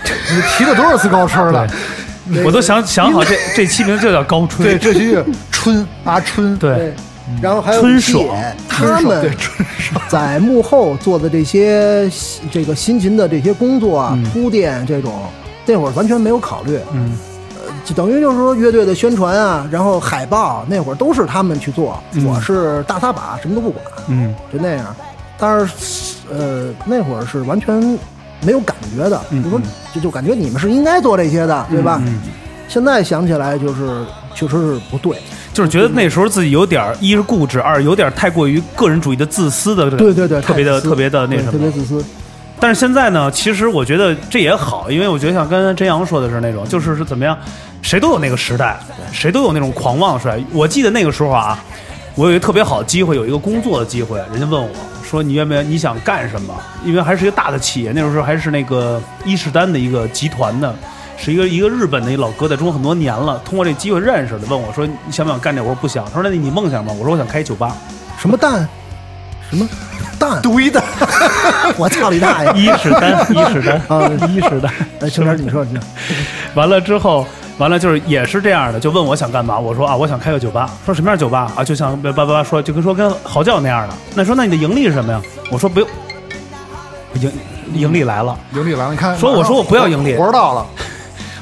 S2: 你提了多少次高春了？
S1: 我都想想 好这这期名就叫高吹，
S2: 对，这句春阿春，
S1: 对，
S3: 然后还有
S1: 春
S3: 谢
S1: 爽
S3: 他
S2: 春爽
S3: 们
S2: 对春爽，
S3: 在幕后做的这些这个辛勤的这些工作啊、铺垫这种，那会儿完全没有考虑，呃
S1: 嗯
S3: 就等于就是说乐队的宣传啊，然后海报那会儿都是他们去做，
S1: 嗯
S3: 我是大撒把，什么都不管，
S1: 嗯
S3: 就那样。但是呃，那会儿是完全没有感觉的，
S1: 嗯
S3: 就说就就感觉你们是应该做这些的，对吧？
S1: 嗯，
S3: 现在想起来就是确实是不对，
S1: 就是觉得那时候自己有点儿一是固执，二是有点儿太过于个人主义的自私的这个，
S3: 对对对，
S1: 特别的
S3: 太自私
S1: 特别的那
S3: 对
S1: 什
S3: 特
S1: 么
S3: 别。自私。
S1: 但是现在呢，其实我觉得这也好，因为我觉得像刚才真阳说的是那种，就是是怎么样，谁都有那个时代，谁都有那种狂妄出来。我记得那个时候啊，我有一个特别好的机会，有一个工作的机会，人家问我说你愿不愿你想干什么？因为还是一个大的企业，那时候还是那个伊势丹的一个集团的。是一个一个日本的一老哥，在中国很多年了，通过这机会认识的，问我说你想不想干这？我说不想。他说那你梦想吗？我说我想开酒吧。
S3: 什么蛋？什么蛋？
S2: 读一的，
S3: 我操你大爷！
S1: 伊势丹，伊势丹， 伊势丹。
S3: 哎，青莲，你说你说，
S1: 完了之后，完了就是也是这样的，就问我想干嘛，我说啊，我想开个酒吧。说什么样的酒吧啊？就像叭叭叭说，就跟说跟嚎叫那样的。那说那你的盈利是什么呀？我说不用，盈盈利来了，
S2: 盈利了，你看，
S1: 说我说我不要盈利
S2: 活儿到了，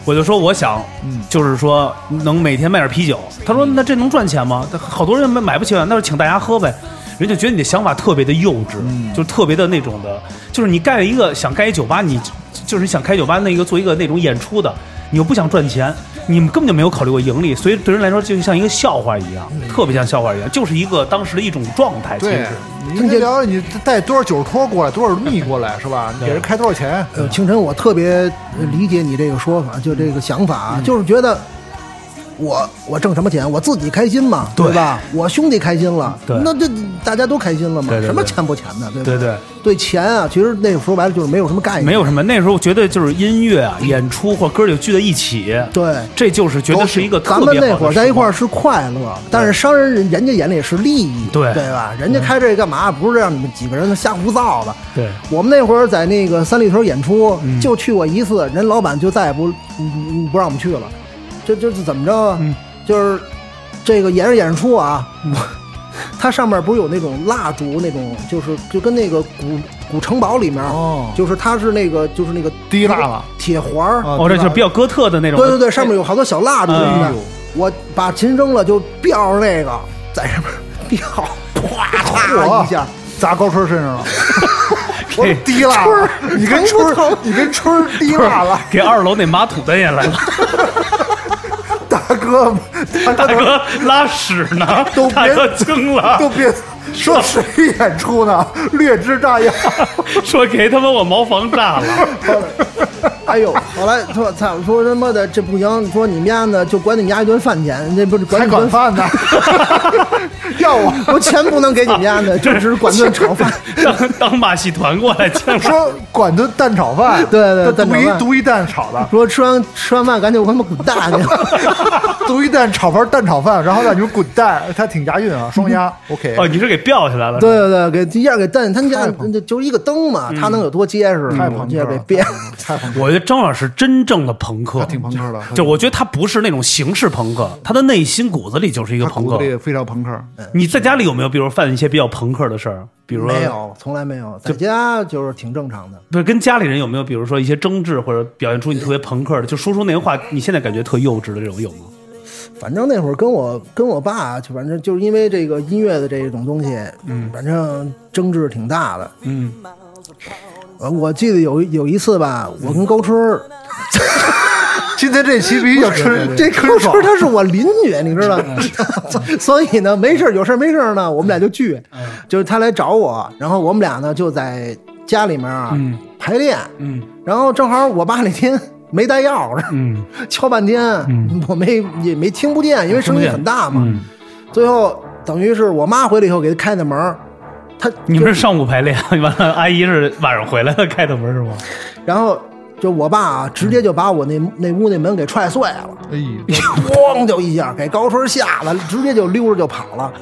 S1: 我就说我想
S2: 嗯，
S1: 就是说能每天卖点啤酒。他
S3: 嗯
S1: 说那这能赚钱吗？好多人买买不起啊，那就请大家喝呗。人就觉得你的想法特别的幼稚，
S2: 嗯
S1: 就是特别的那种的，就是你盖一个想盖一酒吧，你就是你想开酒吧那一个做一个那种演出的，你又不想赚钱，你们根本就没有考虑过盈利，所以对人来说就像一个笑话一样，
S3: 嗯
S1: 特别像笑话一样，就是一个当时的一种状态。其实
S2: 对，你这聊你带多少酒托过来，多少蜜过来是吧？你给人开多少钱？
S1: 嗯
S3: 呃，清晨，我特别呃理解你这个说法，就这个想法
S1: 嗯
S3: 啊，就是觉得我我挣什么钱，我自己开心嘛，
S1: 对
S3: 对吧？我兄弟开心了，
S1: 对
S3: 那这大家都开心了嘛
S1: 对对，对
S3: 什么钱不钱的，对吧？
S1: 对对。
S3: 对钱啊，其实那个说白了就是没有什么概念，
S1: 没有什么，那时候觉得就是音乐啊、演出或歌儿就聚在一起，
S3: 对。
S1: 这就是觉得是一个特
S3: 咱
S1: 别好
S3: 们
S1: 的
S3: 那会儿在一块
S1: 时
S3: 儿是快乐，但是商人人人家眼里是利益，
S1: 对
S3: 对吧？人家开这干嘛？不是让你们几个人瞎胡造的，
S1: 光
S2: 啊
S1: 对。
S3: 我们那会儿在那个三里屯演出，
S1: 嗯
S3: 就去过一次，人老板就再也不嗯不让我们去了。这这这怎么着啊？
S1: 嗯
S3: 就是这个演着演着出啊， 它上面不是有那种蜡烛那种，就是就跟那个古古城堡里面，
S2: 哦
S3: 就是它是那个就是那个
S2: 滴蜡了
S3: 铁环儿，
S2: 啊
S1: 哦，这就是比较哥特的那种。
S3: 对对对，上面有好多小蜡烛什么的
S1: 哎呦。
S3: 我把琴扔了，就吊着那个在上面吊， 啪
S2: 嚯
S3: 嚓一下。
S2: 砸高春身上了，我
S1: 这
S2: 滴蜡了，你跟春
S3: 疼不
S2: 儿，你跟春儿滴蜡 了，
S1: 给二楼那马桶的也来 了，
S2: 大哥，
S1: 大哥拉屎呢，
S2: 都别
S1: 大哥惊了，
S2: 都别说谁演出呢，略知大雅，
S1: 说给他妈我茅房炸了，
S3: 哎呦，后来说操，说他妈的这不行，说你们家呢就管你们家一顿饭钱，这不是管
S2: 还
S3: 你
S2: 管
S3: 顿
S2: 饭
S3: 饭，
S2: 呢， 要我
S3: 我钱不能给你们家的，就只是管顿 炒饭。
S1: 当当马戏团过来 见我。
S2: 说管顿蛋炒饭，
S3: 对对
S2: 独
S3: 蛋炒
S2: 一
S3: 饭
S2: 独一蛋炒的，
S3: 说吃完吃完饭赶紧我他妈滚蛋去！
S2: 独一蛋炒盘蛋炒饭，然后让你们滚蛋，它挺押韵啊，双押，OK，
S1: 哦，你是给吊起来了？
S3: 对，对对，给一下给蛋，他们家
S2: 太捧
S3: 就就一个灯嘛，他能有多结实？
S2: 太朋
S3: 这
S2: 克
S3: 样给
S2: 了，
S3: 憋。
S2: 太朋克了，
S1: 我觉得张老师真正的朋克，
S2: 他挺朋克的，
S1: 就我觉得他不是那种形式朋克，他的内心骨子里就是一个
S2: 他
S1: 朋
S2: 骨
S1: 克嗯
S2: 子。里非常朋克，
S1: 你在家里有没有，比如犯一些比较朋克的事儿？比如说
S3: 没，有，从来没有，在家就是挺正常的。
S1: 不是跟家里人有没有，比如说一些争执，或者表现出你特别朋克的，就说出那些话，你现在感觉特幼稚的这种有吗？
S3: 反正那会儿跟我跟我爸，就反正就是因为这个音乐的这种东西，嗯，反正争执挺大的。
S1: 嗯，
S3: 呃，我记得有一有一次吧，我跟高春儿，
S2: 今天这期必须叫春，
S3: 这高
S2: 春
S3: 春
S2: 爽
S3: 儿，他是我邻居，你知道吗？
S1: 嗯
S3: 所以呢，没事儿有事儿没事儿呢，我们俩就聚，就是他来找我，然后我们俩呢就在家里面啊、
S1: 嗯
S3: 排练，
S1: 嗯
S3: 然后正好我爸那天没带钥匙，
S1: 嗯
S3: 敲半天，
S1: 嗯
S3: 我没也没听不见，因为声音很大嘛。
S1: 嗯，
S3: 最后等于是我妈回来以后给她开的门儿，她
S1: 你们
S3: 就是
S1: 上午排练，啊 完了阿姨是晚上回来的开的门是吗？
S3: 然后就我爸啊，直接就把我那那屋那门给踹碎了，
S2: 哎呦，
S3: 咣就一下给高春吓得直接就溜着就跑了。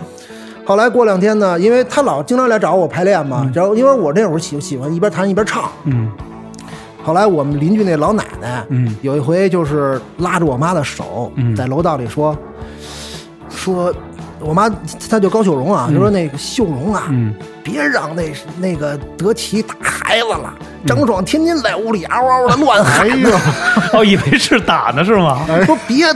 S3: 后来过两天呢，因为他老经常来找我排练嘛，然后因为我那会儿喜喜欢一边弹一边唱。
S1: 嗯
S3: 后来我们邻居那老奶奶，
S1: 嗯
S3: 有一回就是拉着我妈的手，
S1: 嗯
S3: 在楼道里说，说我妈她就高秀荣啊，就说那个秀荣啊，
S1: 嗯
S3: 别让那那个德奇打孩子了，
S1: 嗯
S3: 张爽天天在屋里嗷嗷的乱喊呢，
S1: 哦，以为是打呢是吗？
S3: 说别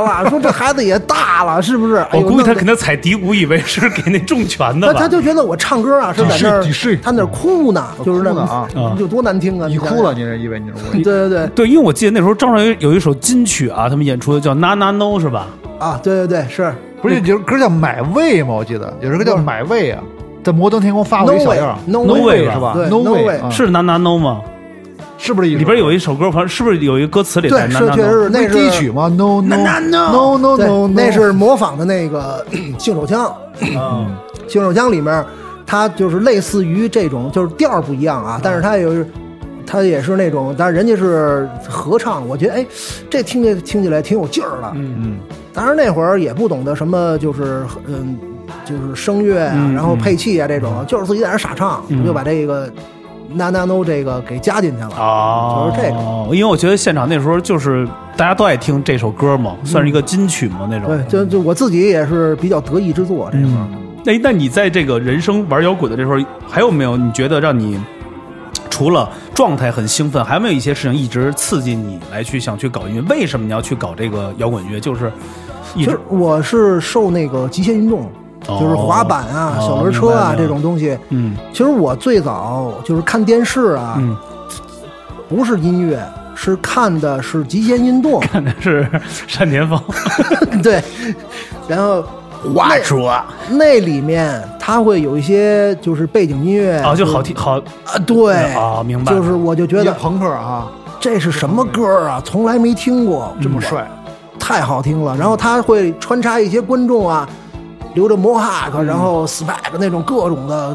S3: 了，说这孩子也大了，是不是？哎
S1: 我
S3: 呦
S1: 哦估计他
S3: 弄得
S1: 肯定踩底鼓，以为是给那重拳的
S3: 他
S1: 吧？
S3: 他就觉得我唱歌啊是在那
S2: 抵制
S3: 儿
S2: 抵制，
S3: 他那儿哭呢，就是那
S2: 哭呢啊
S1: 哦啊
S3: 就多难听啊！
S2: 你
S3: 想
S2: 哭了，，你这以为你是我
S3: 对对对
S1: 对，因为我记得那时候张少云有一首金曲啊，他们演出的叫《Na Na No》是吧？
S3: 啊，对对对是。
S2: 不是有歌叫《买位》吗？我记得有首歌叫《买位》啊，在摩登天空发过一
S3: No
S2: 小样
S3: way，No
S1: way
S2: 是吧
S3: 对
S2: No
S3: No
S2: way
S3: way
S2: 啊
S1: 是《Na Na No》吗？
S2: 是不是一首
S1: 里边有一首歌，反正是不是有一歌词里
S3: 对
S1: 在，
S3: 是
S1: Na Na
S3: 确
S1: No？
S3: 实是那是
S2: 第一曲吗？No No
S3: No
S2: No No
S3: 对
S2: No，
S3: 那是模仿的那个 性手枪，
S1: 嗯
S3: 性手枪里面，它就是类似于这种，就是调儿不一样啊，但是它有，它也是那种，但是人家是合唱，我觉得哎，这听着听起来挺有劲儿的。
S1: 嗯
S2: 嗯，
S3: 当然那会儿也不懂得什么，就是嗯，就是声乐啊，
S1: 嗯
S3: 然后配器啊这种，就是自己在那儿傻唱，
S1: 嗯
S3: 我就把这个 na na no 这个给加进去了。
S1: 哦，
S3: 就是这
S1: 因为我觉得现场那时候就是大家都爱听这首歌嘛，算是一个金曲嘛那
S3: 对
S1: 种，。
S3: 就就我自己也是比较得意之作，这个。
S1: 嗯，哎，那你在这个人生玩摇滚的这时候，还有没有你觉得让你除了状态很兴奋，还有没有一些事情一直刺激你来去想去搞音乐？为什么你要去搞这个摇滚乐？就是一
S3: 就
S1: 直
S3: 是我是受那个极限运动，
S1: 哦
S3: 就是滑板啊、
S1: 哦
S3: 小轮车啊
S1: 明白
S3: 这种东西。
S1: 嗯
S3: 其实我最早就是看电视啊，
S1: 嗯，
S3: 不是音乐，是看的是极限运动。
S1: 看的是单田芳，
S3: 对，然后
S1: 话说啊，
S3: 那里面它会有一些就是背景音乐
S1: 哦就好听好
S3: 啊，对
S1: 啊，明白，
S3: 就是我就觉
S2: 一个
S3: 得
S2: 朋克啊，嗯
S3: 这是什么歌啊，从来没听过，
S1: 嗯
S2: 这么帅，
S3: 太好听了。然后他会穿插一些观众啊，留着摩哈克，然后 spike 那种各种的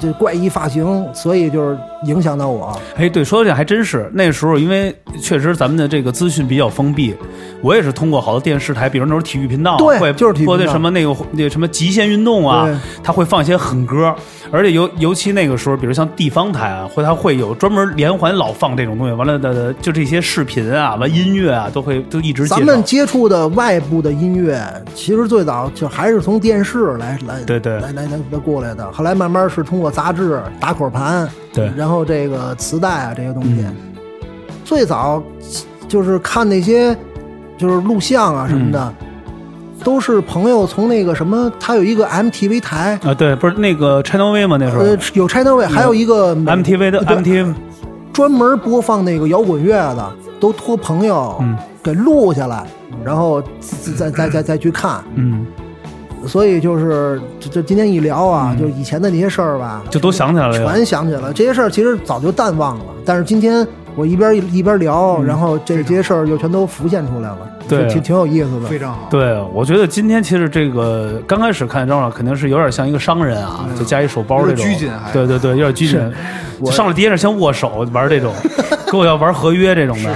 S3: 这怪异发型，所以就是影响到我。啊
S1: 哎，对，说到这还真是，那时候因为确实咱们的这个资讯比较封闭，我也是通过好多电视台，比如那时候体育频道，
S3: 对
S1: 会
S3: 就是体育
S1: 播的
S3: 频道
S1: 什么那个那什么极限运动啊
S3: 对，
S1: 他会放一些狠歌，而且尤尤其那个时候，比如像地方台啊，会他会有专门连环老放这种东西，完了的的就这些视频啊，完音乐啊，都会都一直介
S3: 咱
S1: 绍
S3: 们接触的外部的音乐，其实最早就还是从电视来来
S1: 对对
S3: 来来来来过来的，后来慢慢是通过杂志、打口盘，
S1: 对
S3: 然后这个磁带啊这些东西，
S1: 嗯
S3: 最早就是看那些就是录像啊什么的，
S1: 嗯
S3: 都是朋友从那个什么，他有一个 MTV 台，
S1: 啊，对，不是那个 Channel V 吗？那时候
S3: 呃，有 China Way，还有一个美
S1: MTV 的
S3: 对
S1: MTV，
S3: 专门播放那个摇滚乐的，都托朋友
S1: 嗯
S3: 给录下来，然后自再再再再去看。
S1: 嗯，
S3: 所以就是这这今天一聊啊，就是以前的那些事儿吧，
S1: 嗯就都想起来了又。
S3: 全想起来了。这些事儿其实早就淡忘了，但是今天我一边一边聊，然后这这些事儿又全都浮现出来了，
S1: 嗯对啊
S3: 就挺挺有意思的
S2: 非。常好。
S1: 对，我觉得今天其实这个刚开始看张老肯定是有点像一个商人啊，就加一手包这
S2: 嗯有
S1: 种，
S2: 点拘谨还
S1: 对对对，有点拘 谨。就上了第一先握手玩这种，跟我要玩合约这种 的。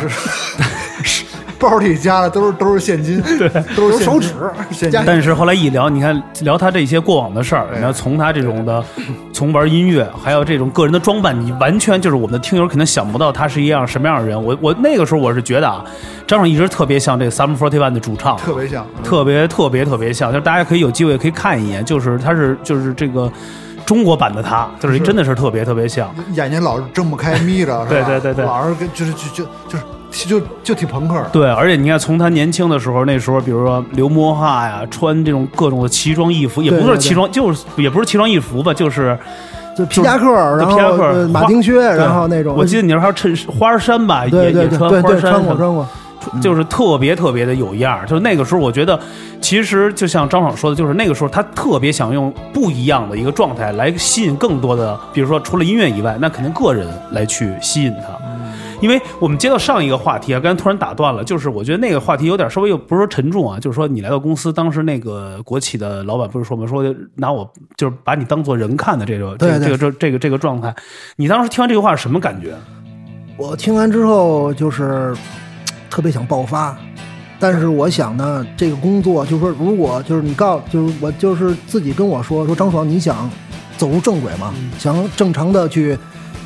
S2: 包里夹的都是都是现金，对，都是手指，现金。
S1: 但是后来一聊，你看聊他这些过往的事儿，然后从他这种的，从玩音乐，还有这种个人的装扮，你完全就是我们的听友肯定想不到他是一样什么样的人。我我那个时候我是觉得啊，张爽一直特别像这个 Sum Forty One 的主唱，
S2: 特别像，
S1: 特别特别特别像，就是大家可以有机会可以看一眼，就是他是就是这个中国版的他，就是真的是特别特别像。
S2: 眼睛老是睁不开，眯 着，是吧
S1: 对对对对
S2: 老是跟就是就就就是就就就挺朋克的，
S1: 对，而且你看，从他年轻的时候，那时候比如说留摩哈呀，穿这种各种的奇装异服，也
S3: 对
S1: 不是
S3: 对
S1: 奇装，就是也不是奇装异服吧，就是
S3: 就皮夹克，然
S1: 皮夹
S3: 后
S1: 克
S3: 呃马
S1: 花
S3: 丁靴，
S1: 对啊
S3: 然后那种，
S1: 我记得你那时候还有衬花衫吧，也
S3: 对对
S1: 也
S3: 对
S1: 穿
S3: 对
S1: 花
S3: 对，
S1: 衫
S3: 穿
S1: 什么
S3: 过
S1: 的，
S3: 穿过，
S1: 就是特别特别的有样儿。就是那个时候，我觉得其实就像张爽说的，就是那个时候他特别想用不一样的一个状
S3: 嗯
S1: 态来吸引更多的，比如说除了音乐以外，那肯定个人来去吸引他。因为我们接到上一个话题啊，刚才突然打断了，就是我觉得那个话题有点稍微又不是说沉重啊，就是说你来到公司，当时那个国企的老板不是说吗？说拿我就是把你当做人看的这个这个这
S3: 对
S1: 个
S3: 对
S1: 这这个这个状态，你当时听完这句话是什么感觉？
S3: 我听完之后就是嘖特别想爆发，但是我想呢，这个工作就是说，如果就是你告，就是我就是自己跟我说说，张爽，你想走入正轨
S1: 嗯
S3: 吗？想正常的去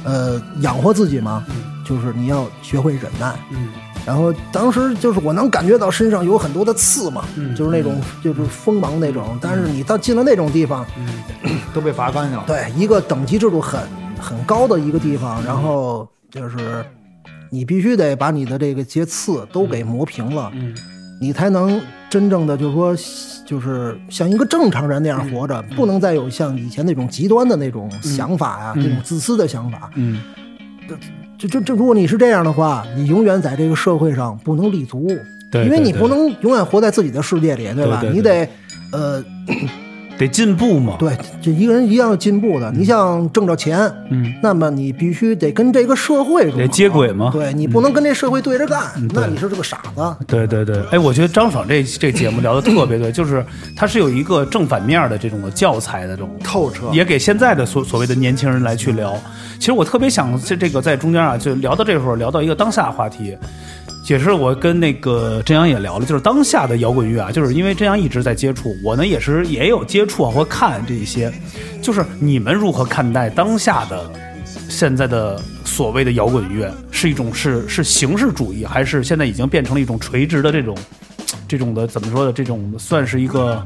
S3: 呃养活自己吗？就是你要学会忍耐。
S1: 嗯
S3: 然后当时就是我能感觉到身上有很多的刺嘛，
S1: 嗯
S3: 就是那种就是锋芒那种。但是你到进了那种地方，
S1: 嗯
S2: 都被拔干净了。
S3: 对，一个等级制度很很高的一个地方，然后就是你必须得把你的这个节刺都给磨平了，
S1: 嗯
S3: 你才能真正的就是说，就是像一个正常人那样活着，
S1: 嗯
S3: 不能再有像以前那种极端的那种想法呀、
S1: 嗯
S3: 这种自私的想法。
S1: 嗯
S3: 就这这，如果你是这样的话，你永远在这个社会上不能立足，
S1: 对
S3: 因为
S1: 对
S3: 你
S1: 对
S3: 不能永远活在自己的世界里，对吧？
S1: 对对对
S3: 你得，呃，
S1: 得进步嘛。
S3: 对，这一个人一样要进步的。你想挣着钱，
S1: 嗯，
S3: 那么你必须得跟这个社会融合
S1: 得接轨嘛
S3: 对你不能跟这社会嗯对着干，那
S1: 对
S3: 你是这个傻子。
S1: 对对对，哎，我觉得张爽这这节目聊的特别对，就是它是有一个正反面的这种教材的这种
S2: 透彻，
S1: 也给现在的所所谓的年轻人来去聊。其实我特别想这这个在中间啊，就聊到这会儿，聊到一个当下话题，也是我跟那个真阳也聊了，就是当下的摇滚乐啊，就是因为真阳一直在接触，我呢也是也有接触啊或看这一些，就是你们如何看待当下的现在的所谓的摇滚乐，是一种是是形式主义，还是现在已经变成了一种垂直的这种这种的怎么说的这种算是一个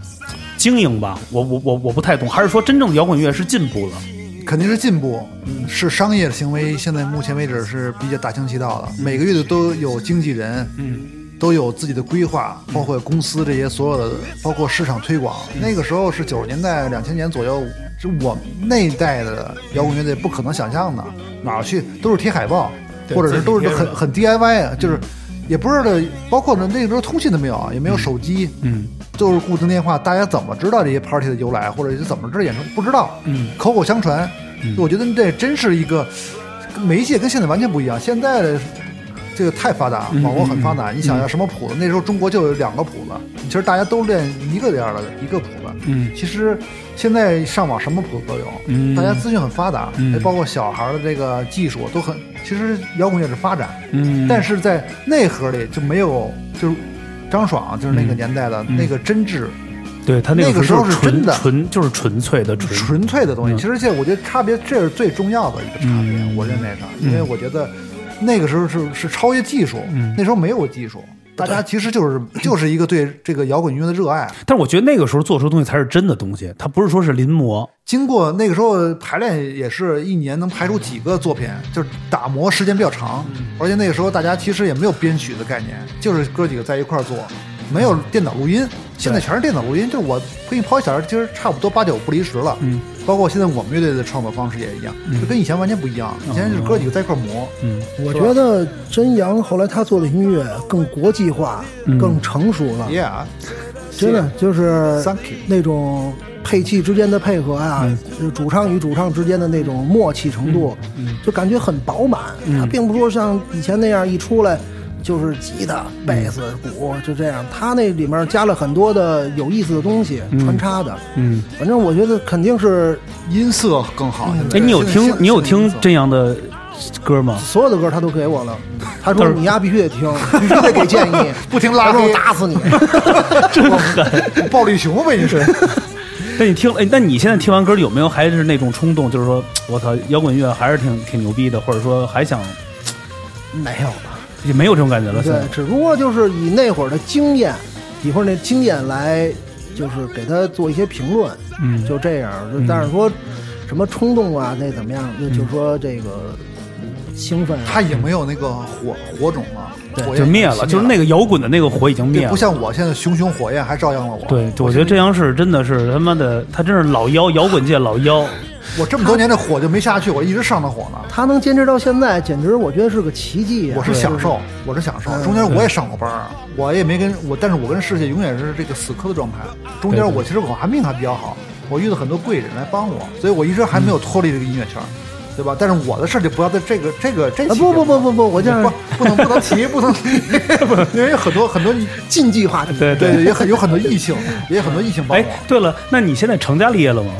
S1: 经营吧？我我我我不太懂，还是说真正的摇滚乐是进步了？
S2: 肯定是进步，
S1: 嗯
S2: 是商业行为。现在目前为止是比较大行其道的，每个乐队都有经纪人，
S1: 嗯
S2: 都有自己的规划，包括公司这些所有的，包括市场推广。
S1: 嗯
S2: 那个时候是九十年代、两千年左右，是我们那一代的摇滚乐队不可能想象的，哪儿去都是贴海报，
S1: 对
S2: 或者是都是
S1: 自己贴
S2: 很
S1: 的嗯
S2: 很 DIY 啊，就是也不知道，包括那个时候通信都没有啊，也没有手机，
S1: 嗯
S2: 就是固定电话，大家怎么知道这些 party 的由来，或者是怎么知道演出？不知道，
S1: 嗯
S2: 口口相传。
S1: 嗯
S2: 我觉得这真是一个媒介跟现在完全不一样，现在的这个太发达，
S1: 嗯
S2: 网络很发达。你想要什么谱子？那时候中国就有两个谱子，其实大家都练一个样的一个谱子。
S1: 嗯
S2: 其实现在上网什么谱子都有，
S1: 嗯
S2: 大家资讯很发达，哎
S1: 嗯
S2: 包括小孩的这个技术都很。其实摇滚乐是发展，
S1: 嗯
S2: 但
S1: 是
S2: 是在内核里就没有，就是张爽就是那个年代的
S1: 嗯
S2: 那个真挚、
S1: 对他那
S2: 那个时候
S1: 就是
S2: 真
S1: 纯
S2: 的
S1: 纯就是纯粹的纯
S2: 纯粹的东西。
S1: 嗯
S2: 其实这我觉得差别，这是最重要的一个差别，
S1: 嗯
S2: 我认为是，
S1: 嗯
S2: 因为我觉得那个时候是是超越技术，
S1: 嗯
S2: 那时候没有技术。大家其实就是就是一个对这个摇滚音乐的热爱，
S1: 但是我觉得那个时候做出的东西才是真的东西，它不是说是临摹。
S2: 经过那个时候排练也是一年能排出几个作品，就是打磨时间比较长，
S1: 嗯
S2: 而且那个时候大家其实也没有编曲的概念，就是哥几个在一块儿做，没有电脑录音，现在全是电脑录音，就是我给你抛一小时，其实差不多八九不离十了。
S1: 嗯，
S2: 包括现在我们乐队的创作方式也一样，就跟以前完全不一样，以前就是哥几个在一块儿磨，
S1: 嗯
S3: 我觉得真阳后来他做的音乐更国际化、
S1: 嗯
S3: 更成熟了，
S2: ，Yeah，
S3: 真的就是
S2: ，Thank you，嗯
S3: 那种配器之间的配合啊，就是主唱与主唱之间的那种默契程度，
S2: 嗯
S3: 就感觉很饱满。他并不说像以前那样一出来就是吉他、贝斯、鼓就这样，他那里面加了很多的有意思的东西穿插的。
S1: 嗯，
S3: 反正我觉觉得肯定是
S2: 音色更好。现在
S1: 哎，你有
S2: 现
S1: 听
S2: 在
S1: 你有听
S2: 现在音色
S1: 真阳的歌吗？
S3: 所有的歌他都给我了，他说
S1: 但是
S3: 你丫必须得听，必须得给建议，
S2: 不听
S3: 他
S2: 拉
S3: 说我
S2: 黑，
S3: 打死你。
S2: 暴力熊呗，你是。
S1: 但你听，哎，那你现在听完歌有没有还是那种冲动，就是说，我操，摇滚乐还是挺挺牛逼的，或者说还想
S3: 没有吧？
S1: 也没有这种感觉
S2: 啊
S1: 了，现
S3: 对
S1: 在，
S3: 只不过就是以那会儿的经验，以会儿那经验来，就是给他做一些评论，
S1: 嗯
S3: 就这样。就但是说什么冲动啊，那怎么样？就就说这个嗯兴奋啊，
S2: 他也没有那个火火种了，
S3: 对
S2: 火焰
S1: 嗯就灭
S2: 熄
S1: 了，就是那个摇滚的那个火已经灭
S2: 对，
S1: 了
S2: 不。像我现在熊熊火焰还照样了我。
S1: 对，我觉得这样是真的是他妈的，他真是老妖，摇滚界老妖。
S2: 我这么多年这火就没下去，我一直上着火呢。
S3: 他能坚持到现在，简直我觉得是个奇迹啊。
S2: 我是享受，我是享受。
S1: 嗯
S2: 中间我也上过班儿，我也没跟我，但是我跟世界永远是这个死磕的状态。中间
S1: 对对嗯
S2: 我其实我还命还比较好，我遇到很多贵人来帮我，所以我一直还没有脱离这个音乐圈。对吧？但是我的事儿就不要在这个这个这期
S3: 啊不
S2: 节目
S3: 不不不不，我这样
S2: 不不能不能提不能提， 因为有很多很多
S3: 禁忌话题，
S1: 对
S2: 对也很有很多异性，也有很多异性帮
S1: 哎
S2: 我。，
S1: 对了，那你现在成家立业了吗？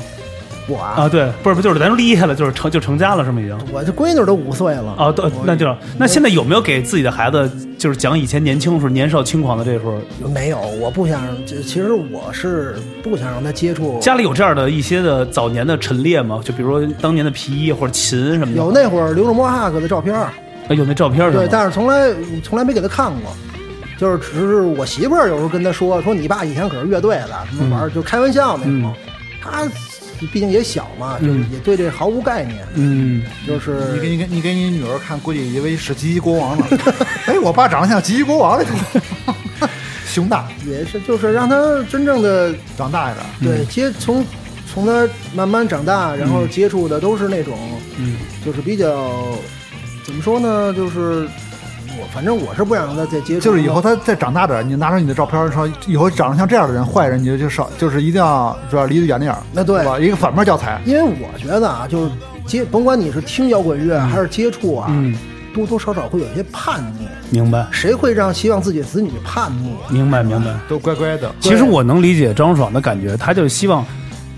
S3: 我啊，
S1: 啊，对，不是，不就是咱都立业了，就是成就成家了，是吗？已经。
S3: 我这闺女都五岁
S2: 啊
S3: 了，
S1: 哦，对，那就是那现在有没有给自己的孩子，就是讲以前年轻时候年少轻狂的这时候，
S3: 没有，我不想，这其实我是不想让她接触。
S1: 家里有这样的一些的早年的陈列吗？就比如说当年的皮衣或者琴什么的，
S3: 有那会儿留着莫哈克的照片儿，
S1: 那有那照片是吗？
S3: 对，但是从来从来没给她看过，就是只是我媳妇儿有时候跟她说，说你爸以前可是乐队的，什么玩意儿，就开玩笑那种
S1: 嗯。
S3: 她毕竟也小嘛，就是
S1: 嗯
S3: 也对这毫无概念，
S1: 嗯，
S3: 就是
S2: 你给你给你给你女儿看，估计以为是吉吉国王了。 哎，我爸长得像吉吉国王那种， 熊大，
S3: 也是就是让她真正
S1: 嗯
S3: 的
S2: 长大一点。
S3: 对接从从她慢慢长大，然后接触的都是那种。
S1: 嗯
S3: 就是比较怎么说呢？就是我反正我是不想让他再接触，
S2: 就是以后他再长大点，你拿着你的照片说，以后长得像这样的人、坏人，你就就少，就是一定要是吧，离得远点儿，
S3: 那对
S2: 是，吧？一个反面教材。
S3: 因为我觉得啊，就是接甭管你是听摇滚乐还是接触啊，
S1: 嗯，
S3: 多多少少会有些叛逆。
S1: 明白，
S3: 谁会让希望自己子女叛逆啊？
S1: 明白，明白。
S2: 都乖乖的，
S1: 其实我能理解张爽的感觉，他就是希望。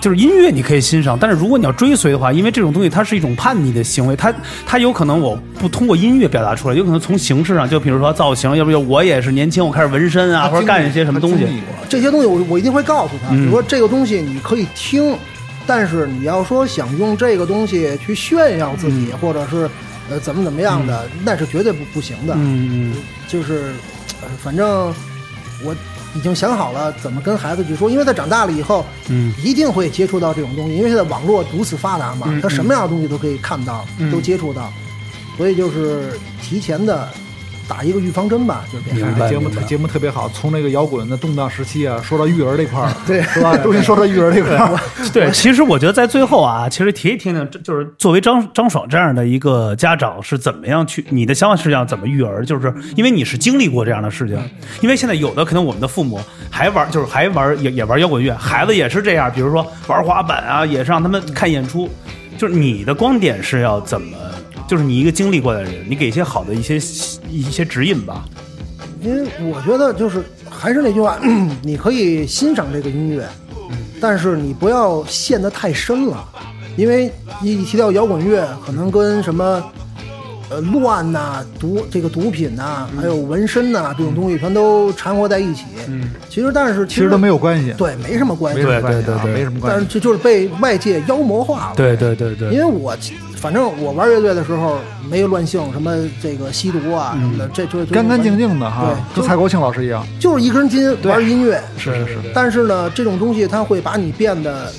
S1: 就是音乐你可以欣赏，但是如果你要追随的话，因为这种东西它是一种叛逆的行为，它它有可能我不通过音乐表达出来，有可能从形式上，就比如说造型，要不就我也是年轻，我开始纹身啊，
S2: 他
S1: 或者干一些什么东
S2: 经历
S1: 西。
S2: 过
S3: 这些东西我我一定会告诉他，
S1: 嗯
S3: 我说这个东西你可以听，但是你要说想用这个东西去炫耀自
S1: 嗯
S3: 己，或者是呃怎么怎么样的，那是绝对不不行的。
S1: 嗯，
S3: 就是，呃反正我已经想好了怎么跟孩子去说，因为他长大了以后，
S1: 嗯，
S3: 一定会接触到这种东西，因为现在网络如此发达嘛
S1: 嗯，
S3: 他什么样的东西都可以看到，
S1: 嗯
S3: 都接触到，所以就是提前的打一个预防针吧，就是给孩
S1: 明
S3: 子
S1: 白。
S2: 节目
S1: 明白
S2: 节目特别好，从那个摇滚的动荡时期啊，说到育儿这块儿，
S3: 对
S2: 是 吧？终于说到育儿这块儿，
S1: 对，其实我觉得在最后啊，其实提一听听，这就是作为张张爽这样的一个家长是怎么样去，你的想法是要怎么育儿，就是因为你是经历过这样的事情，因为现在有的可能我们的父母还玩，就是还玩也也玩摇滚乐，孩子也是这样，比如说玩滑板啊，也是让他们看演出，就是你的观点是要怎么，就是你一个经历过来的人，你给一些好的一些一些指引吧，
S3: 因为我觉得就是还是那句话，
S2: 嗯
S3: 你可以欣赏这个音乐，但是你不要陷得太深了，因为一提到摇滚乐，可能跟什么。呃，乱呐、毒这个毒品呐、还有纹身呐、这种东西，全都缠和在一起。嗯，其实但是其
S2: 其实都没有关系，
S3: 对，没什么关
S2: 没
S3: 系
S2: 什，么关系
S1: 对对
S2: 啊，
S1: 对对
S2: 没什么
S3: 但
S2: 关
S3: 是
S2: 系。
S3: 这就是被外界妖魔化了。
S1: 对对对
S3: 因
S1: 对，
S3: 为我反正我玩乐队的时候没有乱性，什么这个吸毒啊什么的，这就
S2: 嗯干干净，净的哈，
S3: 对
S2: 跟蔡国庆老师一样，
S3: 这就是一根筋玩音乐。
S1: 是是是，
S3: 但是呢，这种东西它会把你变得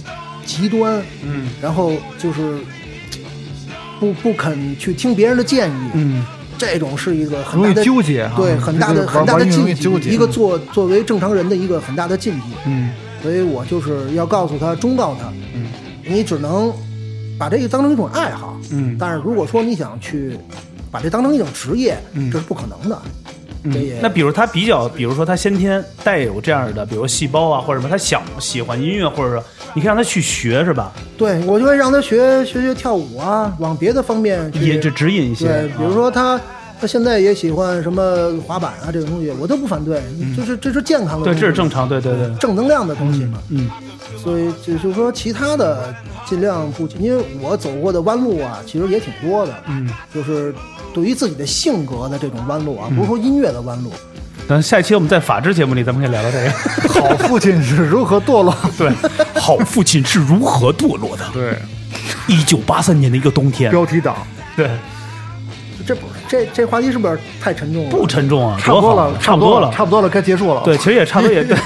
S3: 极端，
S1: 嗯
S3: 然后就是不不肯去听别人的建议，
S1: 嗯
S3: 这种是一个很
S2: 容
S3: 大
S2: 易
S3: 的
S2: 纠结哈，
S3: 对很大的
S2: 这个
S3: 很大
S2: 玩
S3: 的
S2: 玩音乐容易
S3: 禁忌
S2: 纠，结，
S3: 一个作作为正常人的一个很大的禁忌。
S1: 嗯
S3: 所以我就是要告诉他，忠告他，
S1: 嗯
S3: 你只能把这个当成一种爱好，
S1: 嗯
S3: 但是如果说你想去把这当成一种职业，
S1: 嗯
S3: 这是不可能的。这
S1: 嗯
S3: 也，
S1: 那比如他比较，比如说他先天带有这样的，比如细胞啊，或者什么，他想喜欢音乐，或者说你可以让他去学，是吧？
S3: 对我就会让他学学学跳舞啊，往别的方面去
S1: 也就指引一些，
S3: 对，比如
S1: 啊，
S3: 说他。他现在也喜欢什么滑板啊，这种东西我都不反对，就是这是健康的东
S1: 嗯对，
S3: 西，
S1: 这是正常，对对对，
S3: 正能量的东西嘛。
S1: 嗯
S3: 所以就就是说，其他的尽量不，因为我走过的弯路啊，其实也挺多的。
S1: 嗯。
S3: 就是对于自己的性格的这种弯路啊，
S1: 嗯
S3: 不是说音乐的弯路，
S1: 等下一期我们在法制节目里，咱们可以聊聊这个。
S2: 好父亲是如何堕落。
S1: 对，好父亲是如何堕落的？
S2: 对，
S1: 一九八三年的一个冬天，
S2: 标题党
S1: 对，
S3: 这不这这话题是不是太沉重了？
S1: 不沉重啊，
S2: 差不多
S1: 多
S2: 了，
S1: 好差不多了，
S2: 差不多了，该结束了。
S1: 对，其实也差不多 也对。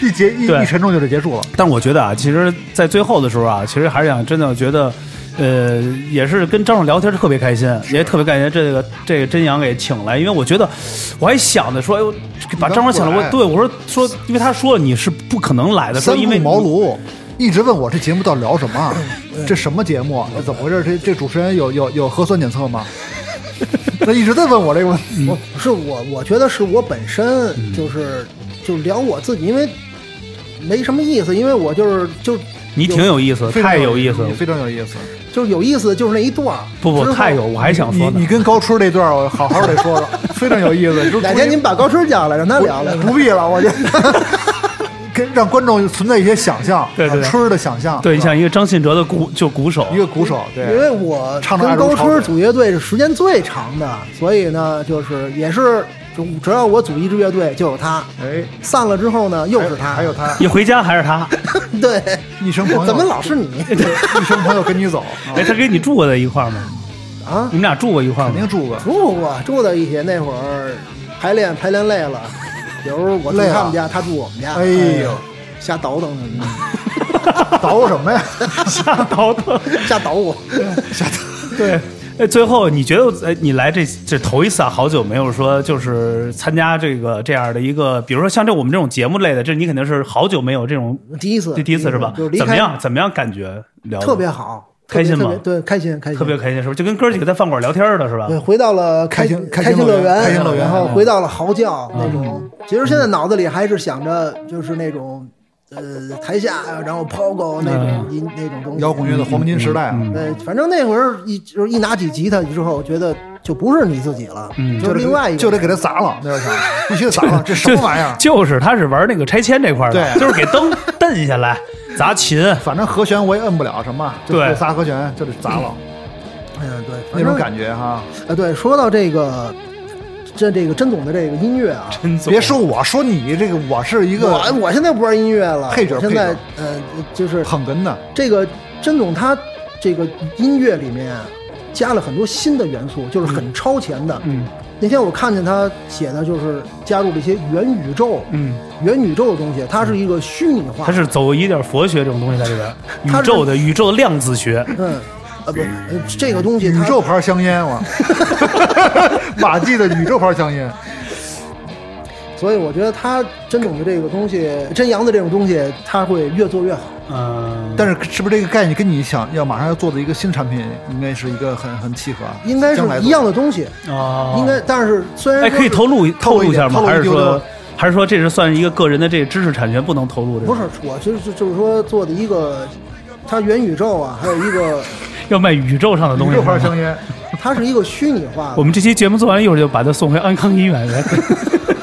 S2: 一结一
S1: 对
S2: 一沉重就得结束了。
S1: 但我觉得啊，其实，在最后的时候啊，其实还是想真的觉得，呃，也是跟张爽聊天特别开心，也特别感谢这个这个真阳给请来，因为我觉得我还想着说，哎呦，把张爽请来，
S2: 你
S1: 我
S2: 能
S1: 对我说说，因为他说你是不可能来的，说
S2: 三
S1: 因为你
S2: 顾茅，庐，一直问我这节目到底聊 什么啊？这什么节目啊？怎么回事？这这主持人有有有核酸检测吗？ 他一直在问我这个问题。
S1: 嗯
S3: 我是我，我觉得是我本身就是就聊我自己，因为没什么意思，因为我就是就
S1: 你挺有意思，
S2: 非常
S1: 太有意思了
S2: 非。常有意思。
S3: 就是有意思的就是那一段儿。
S1: 不不
S3: 之，后
S1: 太有，。我还想
S2: 你
S1: 说
S2: 你
S1: 呢。
S2: 跟高春那段儿，我好好得 说说，非常有意思。就是
S3: 哪天您把高春叫来，让他
S2: 不
S3: 聊聊。
S2: 不必了，我觉得 跟让观众存在一些想象，
S1: 对对对
S2: 春儿的想象，
S1: 对，你
S2: 是吧
S1: 像一个张信哲的鼓，就鼓手
S2: 一，个鼓手，对，
S3: 因为我
S2: 唱
S3: 跟
S2: 得爱如
S3: 高
S2: 潮
S3: 春
S2: 水
S3: 组乐队是时间最长的，所以呢，就是也是就只要我组一支乐队就有他，
S2: 哎，
S3: 散了之后呢又是他，
S2: 还有他
S1: 一回家还是他。
S3: 哦 对，
S2: 一生朋友，
S3: 怎么老 是你
S2: 一生朋友跟你走？啊
S1: 哎，他跟你住过在一块儿吗？
S3: 啊
S1: 你？们俩住过一块儿
S2: 肯定
S1: 吗？
S2: 住过，
S3: 住过住在一起那会儿排练排练累了，有时候我住
S2: 累了
S3: 他们家，他住我们家，
S2: 哎呦，
S3: 瞎倒腾呢，
S2: 捣什么呀？
S1: 瞎倒腾。
S3: 瞎 捣我，
S1: 对，哎，最后你觉得，哎，你来这这头一次啊，好久没有说就是参加这个这样的一个，比如说像这我们这种节目类的，这你肯定是好久没有这种，
S3: 第一次
S1: 这第一次是吧
S3: 就是？离
S1: 怎
S3: 开
S1: 么样？怎么样感觉？聊得
S3: 特别好，
S1: 开心
S3: 特别
S1: 吗
S3: 特别对，开心开心
S1: 特别开心，是不是？就跟哥几个在饭馆聊天儿的是吧
S3: 对，？回到了开
S2: 开心
S3: 开
S2: 开心乐
S3: 乐
S2: 园开心乐园
S3: 然后
S2: 嗯
S3: 回到了嚎叫那种。其实现在脑子里还是想着就是那种，呃，台下啊然后 POGO 那种音那种东
S2: 嗯
S3: 西。
S2: 摇滚乐的黄金时代啊，
S3: 对，反正那会儿一就是一拿起吉他之后，觉得就不是你自己了，
S1: 嗯
S3: 就是
S2: 得
S3: 另外一个，
S2: 就得给他砸了，那叫啥？必须得砸啊了，这什
S1: 就
S2: 么玩意儿？
S1: 就是他是玩那个拆迁这块儿的，
S2: 对
S1: 就是给灯 蹬下来，砸琴，
S2: 反正和弦我也摁不了什么，就
S1: 对
S2: 就仨和弦就得砸了，
S3: 哎呀对，
S2: 那种感觉哈。
S3: 觉。啊，对，说到这个，这这个甄总的这个音乐啊，
S1: 真走
S2: 别说我说你这个，我是一个
S3: 我我现在不玩音乐了，
S2: 配角
S3: 我现
S2: 配角
S3: 在呃就是
S2: 捧哏的，
S3: 这个甄总他这个音乐里面加了很多新的元素，就是很超前的。
S1: 嗯
S3: 那天我看见他写的就是加入了一些元宇宙、
S1: 嗯，
S3: 元宇宙的东西，它是一个虚拟化，
S1: 他是走一点佛学这种东西在里边，
S3: 他
S1: 宇
S3: 是
S1: 宙的宇宙量子学，
S3: 嗯。啊不，呃这个东西它
S2: 宇宙牌香烟 我，马季的宇宙牌香烟，
S3: 所以我觉得他甄总的这个东西，真阳的这种东西，他会越做越好。
S1: 嗯，
S2: 但是是不是这个概念跟你想要马上要做的一个新产品，应该是一个很很契合啊？
S3: 应该是
S2: 将来做
S3: 一样的东西，
S1: 哦
S3: 应该，但是虽然
S1: 哎，
S3: 说
S1: 可以
S3: 是
S1: 透露
S2: 透露
S1: 露
S2: 一
S1: 一下
S2: 点
S1: 吗？
S2: 透露
S1: 还是
S2: 一丢
S1: 说
S2: 丢
S1: 还是说这是算是一个个人的这知识产权不能透露这个？
S3: 不是，我就是就是说做的一个，它元宇宙啊，还有一个
S1: 要卖宇宙上的东
S2: 宇
S1: 西
S2: 宙牌
S1: 是吗。
S2: 香烟，
S3: 它是一个虚拟化
S1: 我
S3: 的，
S1: 们这期节目做完一会儿就把它送回安康医院来。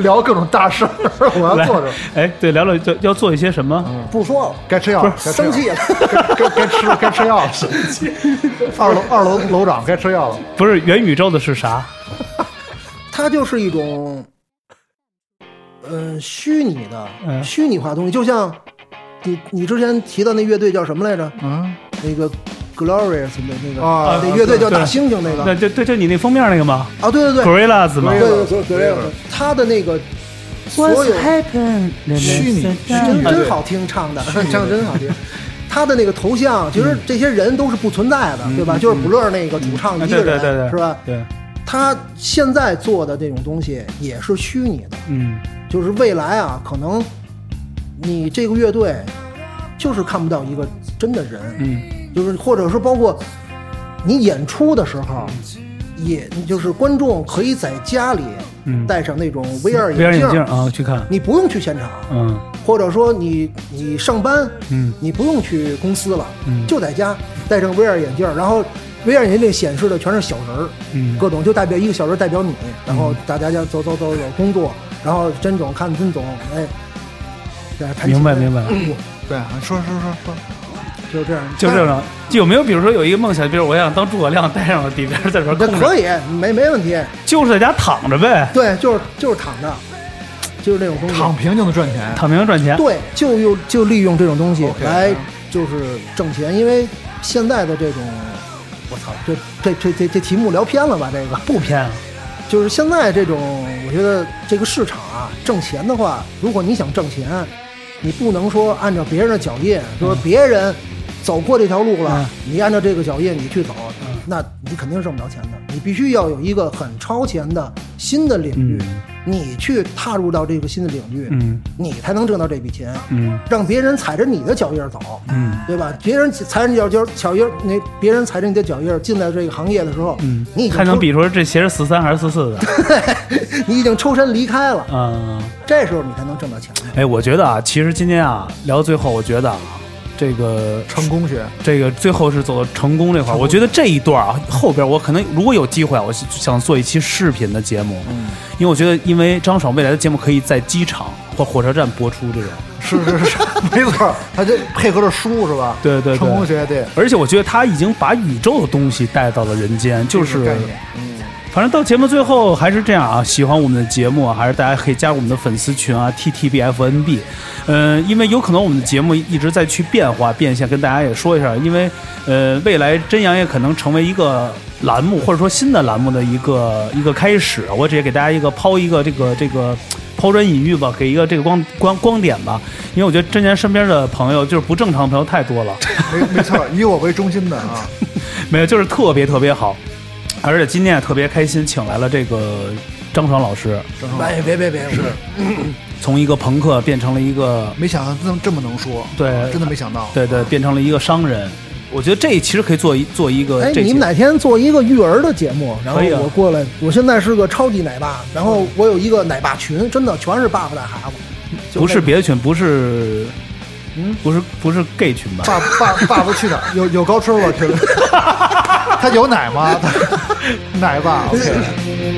S2: 聊各种大事儿，我要
S1: 来
S2: 做啊着，
S1: 哎，对，聊聊要要做一些什么？
S3: 不说了，
S2: 该吃药了，该吃药
S3: 生气了。
S2: 了，该该吃该吃 药了，二楼二楼楼长该吃药了，
S1: 不是元宇宙的是啥？
S3: 它就是一种，呃，虚拟的、
S1: 嗯
S3: 虚拟化的东西，就像你你之前提到那乐队叫什么来着？
S2: 嗯
S3: 那个 Glorious 的那个
S2: 啊
S3: 那乐队叫
S1: 对
S3: 大猩猩那个
S1: 那就对，就你那封面那个吗
S3: 啊，对对对，
S1: ？Gorillas 吗
S3: 对
S2: Gorilla
S3: 对对对对，他的那个所有
S1: happened？
S2: 虚拟
S1: 啊
S2: 虚拟
S3: 真
S2: 乐队
S3: 真好听唱的，
S2: 是
S3: 唱得真好听。他的那个头
S1: 嗯
S3: 像，其实这些人都是不存在的，对吧？就是不乐那个主唱
S1: 啊
S3: 一个
S1: 对
S3: 人，
S1: 对对对，
S3: 是吧？
S1: 对，
S3: 他现在做的这种东西也是虚拟的，
S1: 嗯，
S3: 就是未来啊，可能你这个乐队就是看不到一个真的人，
S1: 嗯，
S3: 就是或者是包括你演出的时候，也就是观众可以在家里
S1: 嗯
S3: 戴上那种 VR
S1: VR 眼镜
S3: 镜，
S1: 啊，去看，
S3: 你不用去现场，
S1: 嗯
S3: 或者说你你上班，
S1: 嗯
S3: 你不用去公司了，
S1: 嗯
S3: 就在家戴上 VR 眼镜，然后 VR 眼镜里显示的全是小人儿，
S1: 嗯
S3: 各种就代表一个小人代表你，然后大家就走走走走工作，然后甄总看甄总，哎，在那弹琴
S1: 明白明白
S2: 对，说说说说，
S3: 就这样，
S1: 就这种，有没有比如说有一个梦想，比如我想当诸葛亮，戴上了底边儿在里边儿
S3: 这
S1: 控制，
S3: 可以，没没问题，
S1: 就是在家躺着呗，
S3: 对，就是就是躺着，就是这种东西，
S2: 躺平就能赚钱，
S1: 躺平赚钱。
S3: 对，就用就利用这种东西
S2: OK，
S3: 来
S2: 嗯
S3: 就是挣钱，因为现在的这种，我操，这这这这这题目聊偏了吧？这个
S1: 不偏啊，
S3: 就是现在这种，我觉得这个市场啊，挣钱的话，如果你想挣钱，你不能说按照别人的脚印，说别人走过这条路了，
S1: 嗯
S3: 你按照这个脚印你去走，那你肯定挣不着钱的。你必须要有一个很超前的新的领域
S1: 嗯，
S3: 你去踏入到这个新的领域，
S1: 嗯
S3: 你才能挣到这笔钱，
S1: 嗯
S3: 让别人踩着你的脚印儿走，
S1: 嗯
S3: 对吧？别人踩着你脚脚脚印儿，那别人踩着你的脚印儿进来这个行业的时候，
S1: 嗯
S3: 你已经
S1: 还能
S3: 抽
S1: 比出这鞋是四三还是四 四的？
S3: 你已经抽身离开了，
S1: 嗯，
S3: 这时候你才能挣到钱。
S1: 哎，我觉得啊，其实今天啊聊到最后，我觉得啊，这个
S2: 成功学，
S1: 这个最后是走到成功这块儿，我觉得这一段啊，后边我可能如果有机会啊，我是想做一期视频的节目，因为我觉得，因为张爽未来的节目可以在机场或火车站播出这种，
S2: 是是是， 没错，他就配合着书是吧？
S1: 对对对
S2: 成功学对，
S1: 而且我觉得他已经把宇宙的东西带到了人间，就
S2: 这
S1: 是
S2: 个概念。
S1: 反正到节目最后还是这样啊，喜欢我们的节目啊，还是大家可以加入我们的粉丝群啊，ttbfnb。呃，因为有可能我们的节目一直在去变化变现，跟大家也说一下，因为呃，未来真阳也可能成为一个栏目，或者说新的栏目的一个一个开始。我直接给大家一个抛一个这个这个抛砖引玉吧，给一个这个光光光点吧，因为我觉得真阳身边的朋友就是不正常的朋友太多了。
S2: 没没错，以我为中心的啊，
S1: 没有，就是特别特别好，而且今天也特别开心，请来了这个张爽老师，
S2: 正好
S3: 哎，别别别，是
S1: 从一个朋克变成了一个
S2: 没想到这么这么能说，啊
S1: 对
S2: 真的没想到。
S1: 对对，变成了一个商人。我觉得这其实可以做一做一个
S3: 哎，
S1: 这
S3: 你们
S1: 期
S3: 哪天做一个育儿的节目，然后
S1: 可以啊
S3: 我过来，我现在是个超级奶爸，然后我有一个奶爸群，真的全是爸爸带孩子，就
S1: 不是
S3: 那
S1: 别的群，不是，嗯，不是不是 gay 群吧？
S2: 爸爸爸爸去哪儿？有有高抽吗？去了？他有奶吗？他奶爸，OK。
S4: 「君の